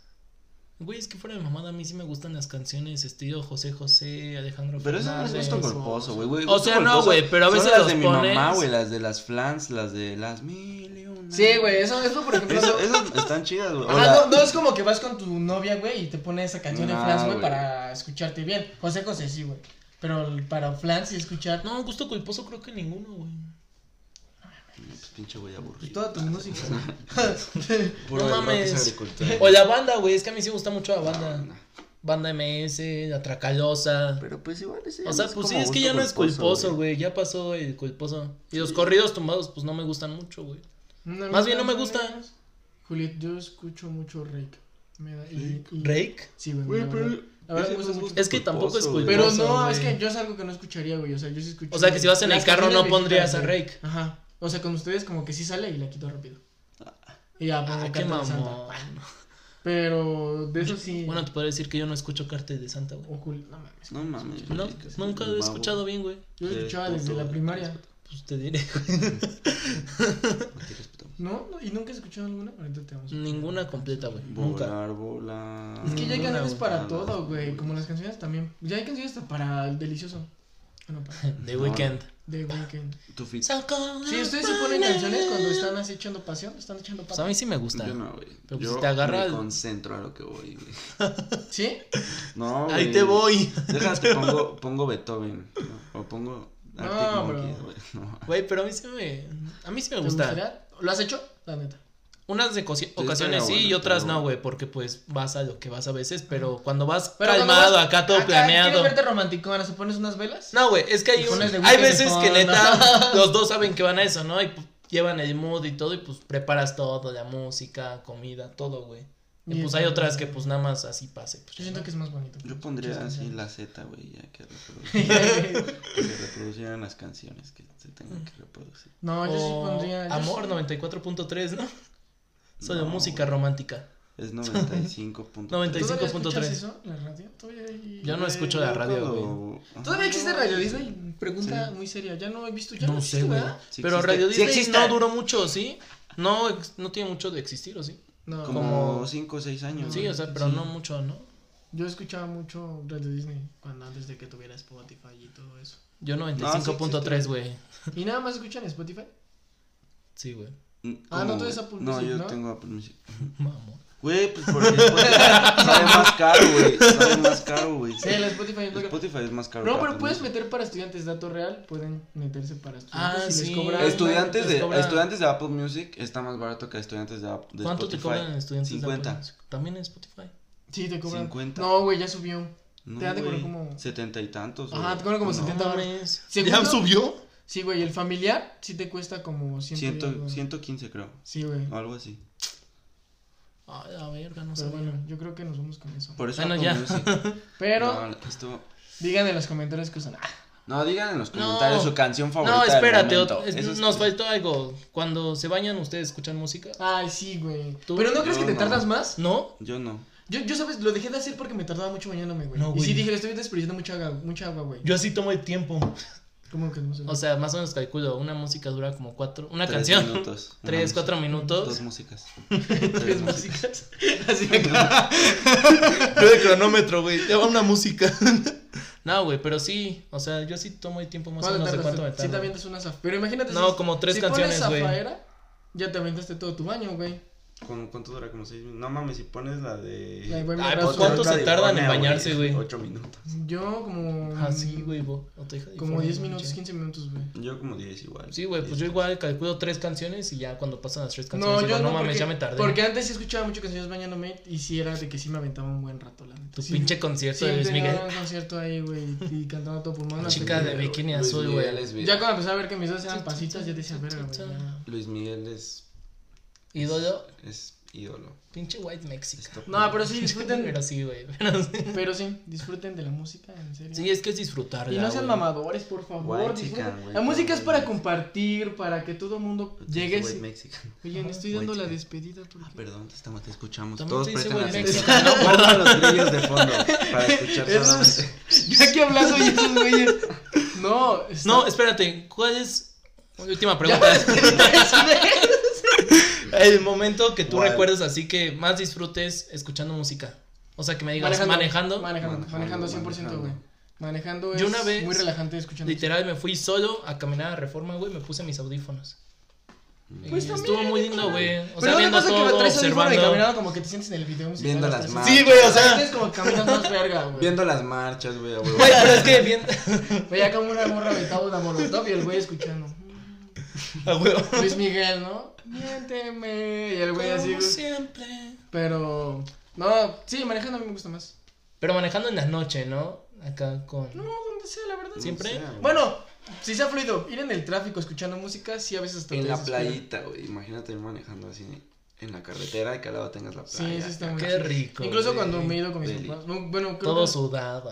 Speaker 2: Güey, es que fuera de mamada, a mí sí me gustan las canciones estilo José José, Alejandro
Speaker 3: Pero eso no es
Speaker 2: Fernández.
Speaker 3: gusto golposo, güey. güey,
Speaker 2: O
Speaker 3: gusto
Speaker 2: sea, no,
Speaker 3: golposo
Speaker 2: güey, pero a
Speaker 3: son
Speaker 2: veces
Speaker 3: las
Speaker 2: los
Speaker 3: de mi
Speaker 2: pones-
Speaker 3: mamá, güey, las de las flans, las de las mil y una no.
Speaker 1: Sí, güey, eso, eso por ejemplo.
Speaker 3: Eso,
Speaker 1: no-
Speaker 3: esas están chidas, güey. O
Speaker 1: Ajá,
Speaker 3: la-
Speaker 1: no, no es como que vas con tu novia, güey, y te pone esa canción en
Speaker 3: Nah,
Speaker 1: Flans, güey,
Speaker 3: güey.
Speaker 1: para escucharte bien. José José sí, güey. Pero el- para Flans y escuchar, no,
Speaker 2: No, gusto culposo creo que ninguno, güey.
Speaker 3: Pues, pinche güey
Speaker 1: pues
Speaker 3: aburrido.
Speaker 1: toda tu música.
Speaker 3: Puro
Speaker 2: No
Speaker 3: del rock
Speaker 2: mames.
Speaker 3: es agricultura.
Speaker 2: O la banda, güey, es que a mí sí me gusta mucho la
Speaker 3: Ah,
Speaker 2: banda.
Speaker 3: no.
Speaker 2: Banda MS, la Tracalosa.
Speaker 3: Pero pues igual ese ya
Speaker 2: O sea,
Speaker 3: no
Speaker 2: pues sí,
Speaker 3: como
Speaker 2: es que
Speaker 3: gusto
Speaker 2: ya no es culposo, güey. Ya pasó el culposo. Y los corridos tumbados, pues no me gustan mucho, güey.
Speaker 1: No,
Speaker 2: Más bien no me
Speaker 1: no,
Speaker 2: gusta.
Speaker 1: no, no. Juliet, yo escucho mucho Rake. Me da- y- y-
Speaker 2: ¿Rake?
Speaker 1: Sí, güey.
Speaker 3: Güey,
Speaker 1: la
Speaker 3: pero-
Speaker 1: verdad. La verdad
Speaker 3: ese
Speaker 1: me gusta
Speaker 3: no es
Speaker 1: mucho.
Speaker 2: pues, Es que tampoco es
Speaker 3: Culposo, güey.
Speaker 2: culposo.
Speaker 1: Pero no,
Speaker 2: güey.
Speaker 1: es que yo es algo que no escucharía, güey. O sea, yo sí escucho.
Speaker 2: O sea, que si vas en
Speaker 1: las
Speaker 2: el carro no
Speaker 1: canciones
Speaker 2: pondrías
Speaker 1: mexicanas,
Speaker 2: a
Speaker 1: güey.
Speaker 2: Rake.
Speaker 1: Ajá. O sea, con ustedes como que sí sale y la quito rápido. Y ya pongo
Speaker 2: Ah, qué
Speaker 1: Carta de Santa.
Speaker 2: mamón.
Speaker 1: Pero de eso sí.
Speaker 2: Bueno, te podría decir que yo no escucho Cartel de Santa, güey.
Speaker 1: o Jul- no mames.
Speaker 3: No mames.
Speaker 2: No,
Speaker 3: güey, es que
Speaker 2: nunca
Speaker 3: es
Speaker 2: lo he
Speaker 3: un vago.
Speaker 2: escuchado bien, güey.
Speaker 1: Yo lo
Speaker 3: Sí,
Speaker 1: escuchaba
Speaker 3: puto,
Speaker 1: desde la
Speaker 3: güey,
Speaker 1: primaria.
Speaker 2: Pues te diré.
Speaker 3: No te respeto.
Speaker 1: No, no, y nunca he escuchado alguna, pero ahorita te vamos a-
Speaker 2: Ninguna completa, güey. Nunca.
Speaker 3: Volar, volar.
Speaker 1: Es que ya hay
Speaker 2: Ninguna,
Speaker 1: canciones
Speaker 2: güey.
Speaker 1: para
Speaker 3: Ah,
Speaker 1: todo,
Speaker 3: no,
Speaker 1: güey.
Speaker 3: güey.
Speaker 1: Como las canciones también. Ya hay canciones hasta para el delicioso. Bueno, para
Speaker 2: The Weeknd.
Speaker 1: The Weeknd.
Speaker 3: Tu fit.
Speaker 1: Sí, ustedes se ponen canciones cuando están así echando pasión, están echando
Speaker 2: Pues a
Speaker 1: pasión.
Speaker 2: mí sí me gusta.
Speaker 3: Yo no, güey.
Speaker 2: Pero pues,
Speaker 3: Yo
Speaker 2: si te agarra
Speaker 3: me
Speaker 2: el-
Speaker 3: concentro a lo que voy, güey.
Speaker 1: ¿Sí?
Speaker 3: No, güey.
Speaker 2: Ahí te voy.
Speaker 3: Déjate, pongo, pongo Beethoven. ¿no? O pongo Arctic
Speaker 1: No, bro.
Speaker 3: Monkeys, güey. No.
Speaker 2: Güey, pero a mí sí me. A mí sí me
Speaker 1: ¿Te
Speaker 2: gusta.
Speaker 1: gustaría? ¿Lo has hecho? La neta.
Speaker 2: Unas de cosi- ocasiones sí
Speaker 3: estaría
Speaker 2: y
Speaker 3: bueno,
Speaker 2: otras
Speaker 3: pero-
Speaker 2: no, güey, porque pues vas a lo que vas a veces, pero cuando vas
Speaker 1: Pero cuando
Speaker 2: calmado,
Speaker 1: vas-
Speaker 2: acá todo
Speaker 1: ¿Quieres
Speaker 2: planeado.
Speaker 1: verte romántico? Ahora, ¿se pones unas velas?
Speaker 2: No, güey, es que hay,
Speaker 1: Y pones
Speaker 2: un-
Speaker 1: de
Speaker 2: hay
Speaker 1: Weeknd de
Speaker 2: veces que
Speaker 1: fondo.
Speaker 2: neta los dos saben que van a eso, ¿no? Y pu- llevan el mood y todo y pues preparas todo, la música, comida, todo, güey. Y
Speaker 1: Y
Speaker 2: pues
Speaker 1: eso-
Speaker 2: hay otras que pues nada más así pase. pues,
Speaker 1: Yo siento
Speaker 2: ¿no?
Speaker 1: que es más bonito.
Speaker 3: Yo pondría
Speaker 1: Muchas
Speaker 3: así
Speaker 1: canciones.
Speaker 3: la Z, güey, ya que reproducir. que reproducieran las canciones que se tengan que reproducir.
Speaker 1: no, yo sí
Speaker 2: O
Speaker 1: pondría. yo
Speaker 2: Oh, Amor
Speaker 1: sí-
Speaker 2: 94.3, ¿no? Solo
Speaker 3: No,
Speaker 2: música
Speaker 3: güey.
Speaker 2: romántica.
Speaker 3: Es 95.
Speaker 1: ¿Todavía escuchas
Speaker 2: 95.3.
Speaker 1: eso? ¿La radio? ¿Todavía hay-
Speaker 2: Yo no escucho la radio, güey.
Speaker 1: ¿Todavía existe Radio Disney? Pregunta
Speaker 3: Sí.
Speaker 1: muy seria. Ya no he visto, ya no,
Speaker 2: No sé,
Speaker 1: existe,
Speaker 2: güey.
Speaker 1: ¿verdad?
Speaker 3: Sí
Speaker 2: Pero
Speaker 3: existe.
Speaker 2: Radio
Speaker 3: Sí
Speaker 2: Disney
Speaker 3: existe.
Speaker 2: no duró mucho, ¿sí? No, ex- no tiene mucho de existir, ¿o sí?
Speaker 1: No,
Speaker 3: Como 5 o 6 años.
Speaker 2: Sí,
Speaker 3: güey.
Speaker 2: o sea, pero
Speaker 1: Sí.
Speaker 2: no mucho, ¿no?
Speaker 1: yo escuchaba mucho Radio Disney cuando antes de que tuviera Spotify y todo eso.
Speaker 2: Yo 95.3, güey.
Speaker 1: ¿Y nada más escuchan Spotify?
Speaker 2: Sí, güey.
Speaker 1: Ah, no, tú
Speaker 3: ¿Cómo, güey?
Speaker 1: eres Apple
Speaker 3: Mm, No,
Speaker 1: Music,
Speaker 3: yo
Speaker 1: ¿no?
Speaker 3: tengo Apple Music.
Speaker 2: Mamón.
Speaker 3: Güey, pues porque Spotify sale más caro, güey. Sale más caro, güey.
Speaker 1: Sí, el Spotify. es lo que-
Speaker 3: Spotify es más caro.
Speaker 1: No,
Speaker 3: que
Speaker 1: pero
Speaker 3: Apple
Speaker 1: puedes
Speaker 3: Music.
Speaker 1: meter para estudiantes dato real, pueden meterse para estudiantes
Speaker 2: Ah,
Speaker 1: y
Speaker 2: sí.
Speaker 1: les cobran.
Speaker 3: Estudiantes de,
Speaker 2: Les cobran-
Speaker 3: estudiantes de Apple Music está más barato que estudiantes de, App- de
Speaker 2: ¿Cuánto te
Speaker 3: Spotify.
Speaker 2: cobran en estudiantes? de
Speaker 3: 50.
Speaker 2: Apple Music? También en Spotify.
Speaker 1: Sí, te cobran.
Speaker 3: 50.
Speaker 1: No, güey, ya subió.
Speaker 3: No,
Speaker 1: Te han de cobrar
Speaker 3: güey,
Speaker 1: como-
Speaker 3: 70 y tantos.
Speaker 1: Ajá,
Speaker 3: güey.
Speaker 1: te cobran como
Speaker 3: No,
Speaker 1: 70.
Speaker 2: No
Speaker 1: ahora.
Speaker 2: mames.
Speaker 1: ¿Seguro?
Speaker 2: subió?
Speaker 1: Sí, güey, el familiar sí te cuesta como 100. y algo.
Speaker 3: ciento- 115 creo.
Speaker 1: Sí, güey.
Speaker 3: O algo así.
Speaker 2: Ay, la verga, no sé.
Speaker 1: Pero bueno, yo creo que nos vamos con eso.
Speaker 3: Por eso
Speaker 2: Bueno,
Speaker 3: Apple
Speaker 2: ya.
Speaker 3: Music.
Speaker 1: Pero
Speaker 3: No, esto...
Speaker 1: digan en los comentarios qué usan. Ah,
Speaker 3: no, digan en los
Speaker 2: No.
Speaker 3: comentarios su canción favorita.
Speaker 2: No,
Speaker 3: del
Speaker 2: espérate,
Speaker 3: momento.
Speaker 2: ot- es-
Speaker 3: Eso es-
Speaker 2: nos faltó algo. Cuando se bañan, ¿ustedes escuchan música?
Speaker 1: Ay, sí, güey.
Speaker 2: ¿Tú?
Speaker 1: Pero no crees
Speaker 3: Yo
Speaker 1: que te
Speaker 3: no.
Speaker 1: tardas más?
Speaker 2: ¿No?
Speaker 3: Yo no.
Speaker 1: Yo, yo, sabes, lo dejé de hacer porque me tardaba mucho bañándome, güey.
Speaker 2: No,
Speaker 1: y
Speaker 2: güey.
Speaker 1: sí dije, le estoy desperdiciando mucha agua, mucha agua, güey.
Speaker 2: Yo así tomo el tiempo.
Speaker 1: ¿Cómo que no sé?
Speaker 2: O sea, más o menos calculo, una música dura como cuatro, una
Speaker 3: Tres
Speaker 2: canción.
Speaker 3: minutos. Una
Speaker 2: Tres,
Speaker 3: música.
Speaker 2: cuatro minutos.
Speaker 3: Dos músicas.
Speaker 1: tres
Speaker 3: Tres músicas.
Speaker 1: músicas. Así acá.
Speaker 2: Yo de cronómetro, güey. Ya va una música. no, güey, pero sí. O sea, yo sí tomo el tiempo más o
Speaker 1: ¿Cuánto
Speaker 2: menos de
Speaker 1: tardas
Speaker 2: cuánto
Speaker 1: tú?
Speaker 2: me
Speaker 1: Sí,
Speaker 2: tardo.
Speaker 1: también es una zaf. Pero imagínate.
Speaker 2: No,
Speaker 1: si-
Speaker 2: como tres
Speaker 1: si
Speaker 2: canciones,
Speaker 1: pones
Speaker 2: güey.
Speaker 1: zafaera, ya te aventaste todo tu baño, güey.
Speaker 3: ¿Con- ¿Cuánto dura? Como seis minutos. No mames, si pones la de.
Speaker 1: La de Bohemian
Speaker 2: Ay, pues,
Speaker 1: Rhapsody.
Speaker 2: ¿cuánto se tardan en
Speaker 3: California,
Speaker 2: bañarse, güey?
Speaker 3: Ocho minutos.
Speaker 1: Yo como.
Speaker 2: Ah, sí, güey, bo. No te deja
Speaker 1: Como
Speaker 2: de
Speaker 1: 10
Speaker 2: forma,
Speaker 1: minutos,
Speaker 2: manche.
Speaker 1: 15 minutos, güey.
Speaker 3: Yo como diez igual.
Speaker 2: Sí, güey, pues yo igual calculo tres canciones y ya cuando pasan las tres canciones.
Speaker 1: No,
Speaker 2: digo,
Speaker 1: yo no,
Speaker 2: mames,
Speaker 1: porque,
Speaker 2: ya me tardé.
Speaker 1: Porque antes sí escuchaba mucho canciones bañándome y sí era de que sí me aventaba un buen rato, la neta.
Speaker 2: Tu
Speaker 1: Sí,
Speaker 2: pinche concierto
Speaker 1: Sí,
Speaker 2: de Luis Miguel.
Speaker 1: un concierto ahí, güey, y cantando a todo pulmón.
Speaker 2: La
Speaker 1: hasta
Speaker 2: chica
Speaker 1: que-
Speaker 2: de bikini azul, güey.
Speaker 1: Ya cuando empecé a ver que mis dos eran pasitas, ya decía, verga, güey. ya".
Speaker 3: Luis Miguel es.
Speaker 2: Ídolo,
Speaker 3: Es ídolo.
Speaker 2: pinche white mexica.
Speaker 3: Esto-
Speaker 1: No, pero sí, disfruten.
Speaker 2: Pero sí, güey. pero sí.
Speaker 1: pero sí, disfruten de la música, en serio.
Speaker 2: Sí, es que es disfrutar.
Speaker 1: y
Speaker 2: ya,
Speaker 1: no sean
Speaker 2: güey.
Speaker 1: mamadores, por favor.
Speaker 3: White
Speaker 1: disfruten.
Speaker 3: chican, güey,
Speaker 1: la música es
Speaker 3: güey.
Speaker 1: para compartir, para que todo el mundo
Speaker 3: Pero tú
Speaker 1: llegue.
Speaker 3: dices,
Speaker 1: sin-
Speaker 3: "White Mexican".
Speaker 1: Oye, me estoy dando
Speaker 3: White
Speaker 1: la
Speaker 3: chican.
Speaker 1: despedida. Porque...
Speaker 3: Ah, perdón, te estamos, te escuchamos.
Speaker 2: También
Speaker 3: Todos
Speaker 2: te dice
Speaker 3: presten
Speaker 2: White
Speaker 3: atención.
Speaker 2: Mexican, ¿no?
Speaker 3: Pongan los grillos de fondo para escuchar
Speaker 1: Eso es-
Speaker 3: solamente.
Speaker 1: Yo aquí hablando y esos güeyes. No, está-
Speaker 2: No, espérate, ¿cuál es? Última pregunta. El momento que tú
Speaker 3: Guau.
Speaker 2: recuerdes así que más disfrutes escuchando música. O sea, que me digas
Speaker 1: manejando.
Speaker 2: manejando.
Speaker 1: Manejando, manejando
Speaker 3: Manejando,
Speaker 1: 100%, güey.
Speaker 3: manejando.
Speaker 1: Manejando es
Speaker 2: Yo una vez-
Speaker 1: muy relajante escuchando.
Speaker 2: Literal, me fui solo a caminar a Reforma, güey, me puse mis audífonos.
Speaker 1: Pues
Speaker 2: Y
Speaker 1: también.
Speaker 2: Estuvo muy lindo, güey. O sea,
Speaker 1: Pero
Speaker 2: viendo
Speaker 1: pasa que
Speaker 2: todo,
Speaker 1: traes audífono y
Speaker 2: observando.
Speaker 1: caminando como que te sientes en el video musical.
Speaker 3: Mm. Viendo
Speaker 1: hasta
Speaker 3: las
Speaker 1: eso.
Speaker 3: manos.
Speaker 4: Sí, güey, o sea.
Speaker 1: Sientes como que caminas más verga, güey.
Speaker 3: Viendo las marchas, güey, a huevo.
Speaker 2: Güey, pero es que bien.
Speaker 1: Veía como una morra aventaba una molotov y el güey escuchando.
Speaker 2: A huevo.
Speaker 1: Luis Miguel, ¿no? Miénteme. Y el güey así,
Speaker 2: Como
Speaker 1: güey.
Speaker 2: siempre.
Speaker 1: Pero. No, sí, manejando a mí me gusta más.
Speaker 2: Pero manejando en la noche, ¿no? Acá con.
Speaker 1: No, donde sea, la verdad.
Speaker 3: No
Speaker 2: Siempre.
Speaker 3: sé, güey.
Speaker 1: Bueno, si se ha fluido, ir en el tráfico escuchando música, sí a veces hasta
Speaker 3: En
Speaker 1: te
Speaker 3: la
Speaker 1: desespera.
Speaker 3: playita, güey. Imagínate ir manejando así en la carretera y que al lado tengas la
Speaker 1: Sí,
Speaker 3: playa.
Speaker 1: sí está muy
Speaker 2: Qué
Speaker 1: chido.
Speaker 2: rico,
Speaker 1: Incluso
Speaker 2: güey.
Speaker 1: cuando me he ido con mis
Speaker 3: Deli.
Speaker 1: papás. no, Bueno, creo
Speaker 2: Todo
Speaker 1: que
Speaker 2: sudado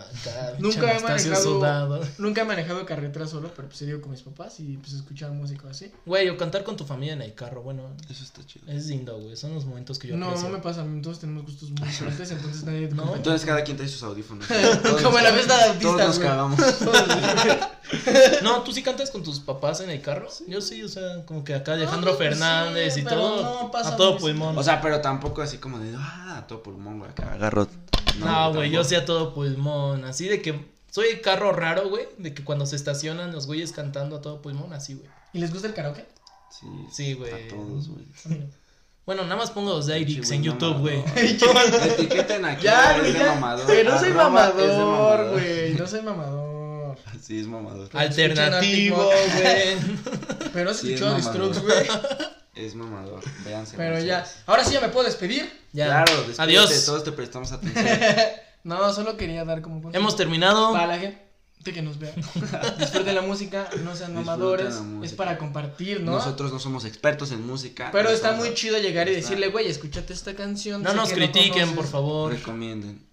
Speaker 2: acá.
Speaker 1: nunca he
Speaker 2: pinche Anastasio
Speaker 1: manejado-
Speaker 2: sudado.
Speaker 1: nunca he manejado carretera solo, pero pues he ido con mis papás y pues escuchar música así.
Speaker 2: Güey, o cantar con tu familia en el carro, bueno.
Speaker 3: Eso está chido.
Speaker 2: Es lindo, güey. Son los momentos que yo
Speaker 1: no,
Speaker 2: aprecio.
Speaker 1: no me pasa, a mí todos tenemos gustos muy diferentes, entonces nadie te
Speaker 2: No.
Speaker 1: compete.
Speaker 3: Entonces cada quien trae sus audífonos.
Speaker 1: Como en la fiesta de
Speaker 3: Todos
Speaker 1: artistas,
Speaker 3: nos
Speaker 1: güey.
Speaker 3: cagamos.
Speaker 2: No, tú sí cantas con tus papás en el carro. Yo sí, o sea, como que acá Alejandro
Speaker 1: pues,
Speaker 2: Fernández
Speaker 1: sí,
Speaker 2: y
Speaker 1: pero
Speaker 2: todo.
Speaker 1: no pasa
Speaker 2: a todo
Speaker 1: muy-
Speaker 2: pulmón.
Speaker 3: O sea, pero tampoco así como de, ah, a todo pulmón, güey, acá agarro.
Speaker 2: no, güey, yo
Speaker 3: tampoco.
Speaker 2: sí a todo pulmón. Así de que soy el carro raro, güey. De que cuando se estacionan los güeyes cantando a todo pulmón, así, güey.
Speaker 1: ¿Y les gusta el karaoke?
Speaker 3: Sí,
Speaker 2: Sí, güey.
Speaker 3: A todos, güey.
Speaker 1: A mí no.
Speaker 2: Bueno, nada más pongo los lyrics
Speaker 3: Sí,
Speaker 2: en
Speaker 3: güey,
Speaker 2: YouTube,
Speaker 3: no,
Speaker 2: güey.
Speaker 3: no. Etiqueten aquí. Ya,
Speaker 1: güey,
Speaker 3: es de mamador.
Speaker 1: Que no soy
Speaker 3: Arroba es de
Speaker 1: mamador, güey. No soy mamador.
Speaker 3: Sí, es mamador.
Speaker 2: Pues, Alternativo, güey.
Speaker 1: Pero has
Speaker 3: Sí, es
Speaker 1: escuchado de
Speaker 3: mamador.
Speaker 1: Strokes, güey.
Speaker 3: Es mamador. Véanse.
Speaker 1: Pero
Speaker 3: muchachos.
Speaker 1: ya. Ahora sí ya me puedo despedir.
Speaker 2: Ya.
Speaker 3: Claro, despídete,
Speaker 2: Adiós.
Speaker 3: Todos te prestamos atención.
Speaker 1: No, solo quería dar como. consejo.
Speaker 2: Hemos terminado.
Speaker 1: Para la gente que nos vea. Disfruten la música, no sean
Speaker 3: Disfruten
Speaker 1: mamadores.
Speaker 3: la música.
Speaker 1: Es para compartir, ¿no?
Speaker 3: Nosotros no somos expertos en música.
Speaker 1: Pero
Speaker 3: no
Speaker 1: está
Speaker 3: somos-
Speaker 1: muy chido llegar y
Speaker 3: Está.
Speaker 1: decirle, güey, escúchate esta canción.
Speaker 2: No
Speaker 1: sé
Speaker 2: nos
Speaker 1: que
Speaker 2: critiquen,
Speaker 1: conoces".
Speaker 2: por favor.
Speaker 3: Recomienden.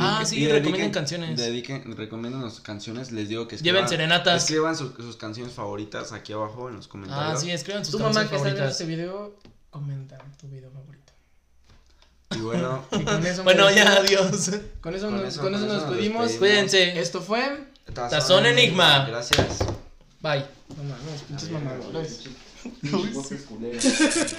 Speaker 2: Ah,
Speaker 3: dediquen-
Speaker 2: sí,
Speaker 3: y dediquen-
Speaker 2: recomienden canciones.
Speaker 3: Dediquen, recomienden sus canciones. Les digo que
Speaker 2: Lleven serenatas.
Speaker 3: Escriban su- sus canciones favoritas aquí abajo en los
Speaker 2: Ah,
Speaker 3: comentarios.
Speaker 2: sí, escriban sus
Speaker 1: Tu mamá
Speaker 2: canciones
Speaker 1: que está viendo este
Speaker 2: favoritas.
Speaker 1: video, comenta tu video favorito.
Speaker 3: Y bueno,
Speaker 1: Y con eso
Speaker 2: Bueno,
Speaker 1: nos-
Speaker 2: ya, adiós.
Speaker 1: Con eso,
Speaker 3: Con
Speaker 1: nos, con eso
Speaker 3: eso- con
Speaker 1: nos
Speaker 3: eso nos
Speaker 1: pedimos.
Speaker 3: despedimos.
Speaker 2: Cuídense.
Speaker 1: Esto fue.
Speaker 2: Tazón Enigma.
Speaker 3: Gracias.
Speaker 2: Bye.
Speaker 1: No mames, pinches mamadores.
Speaker 5: Pinches bosques culeros.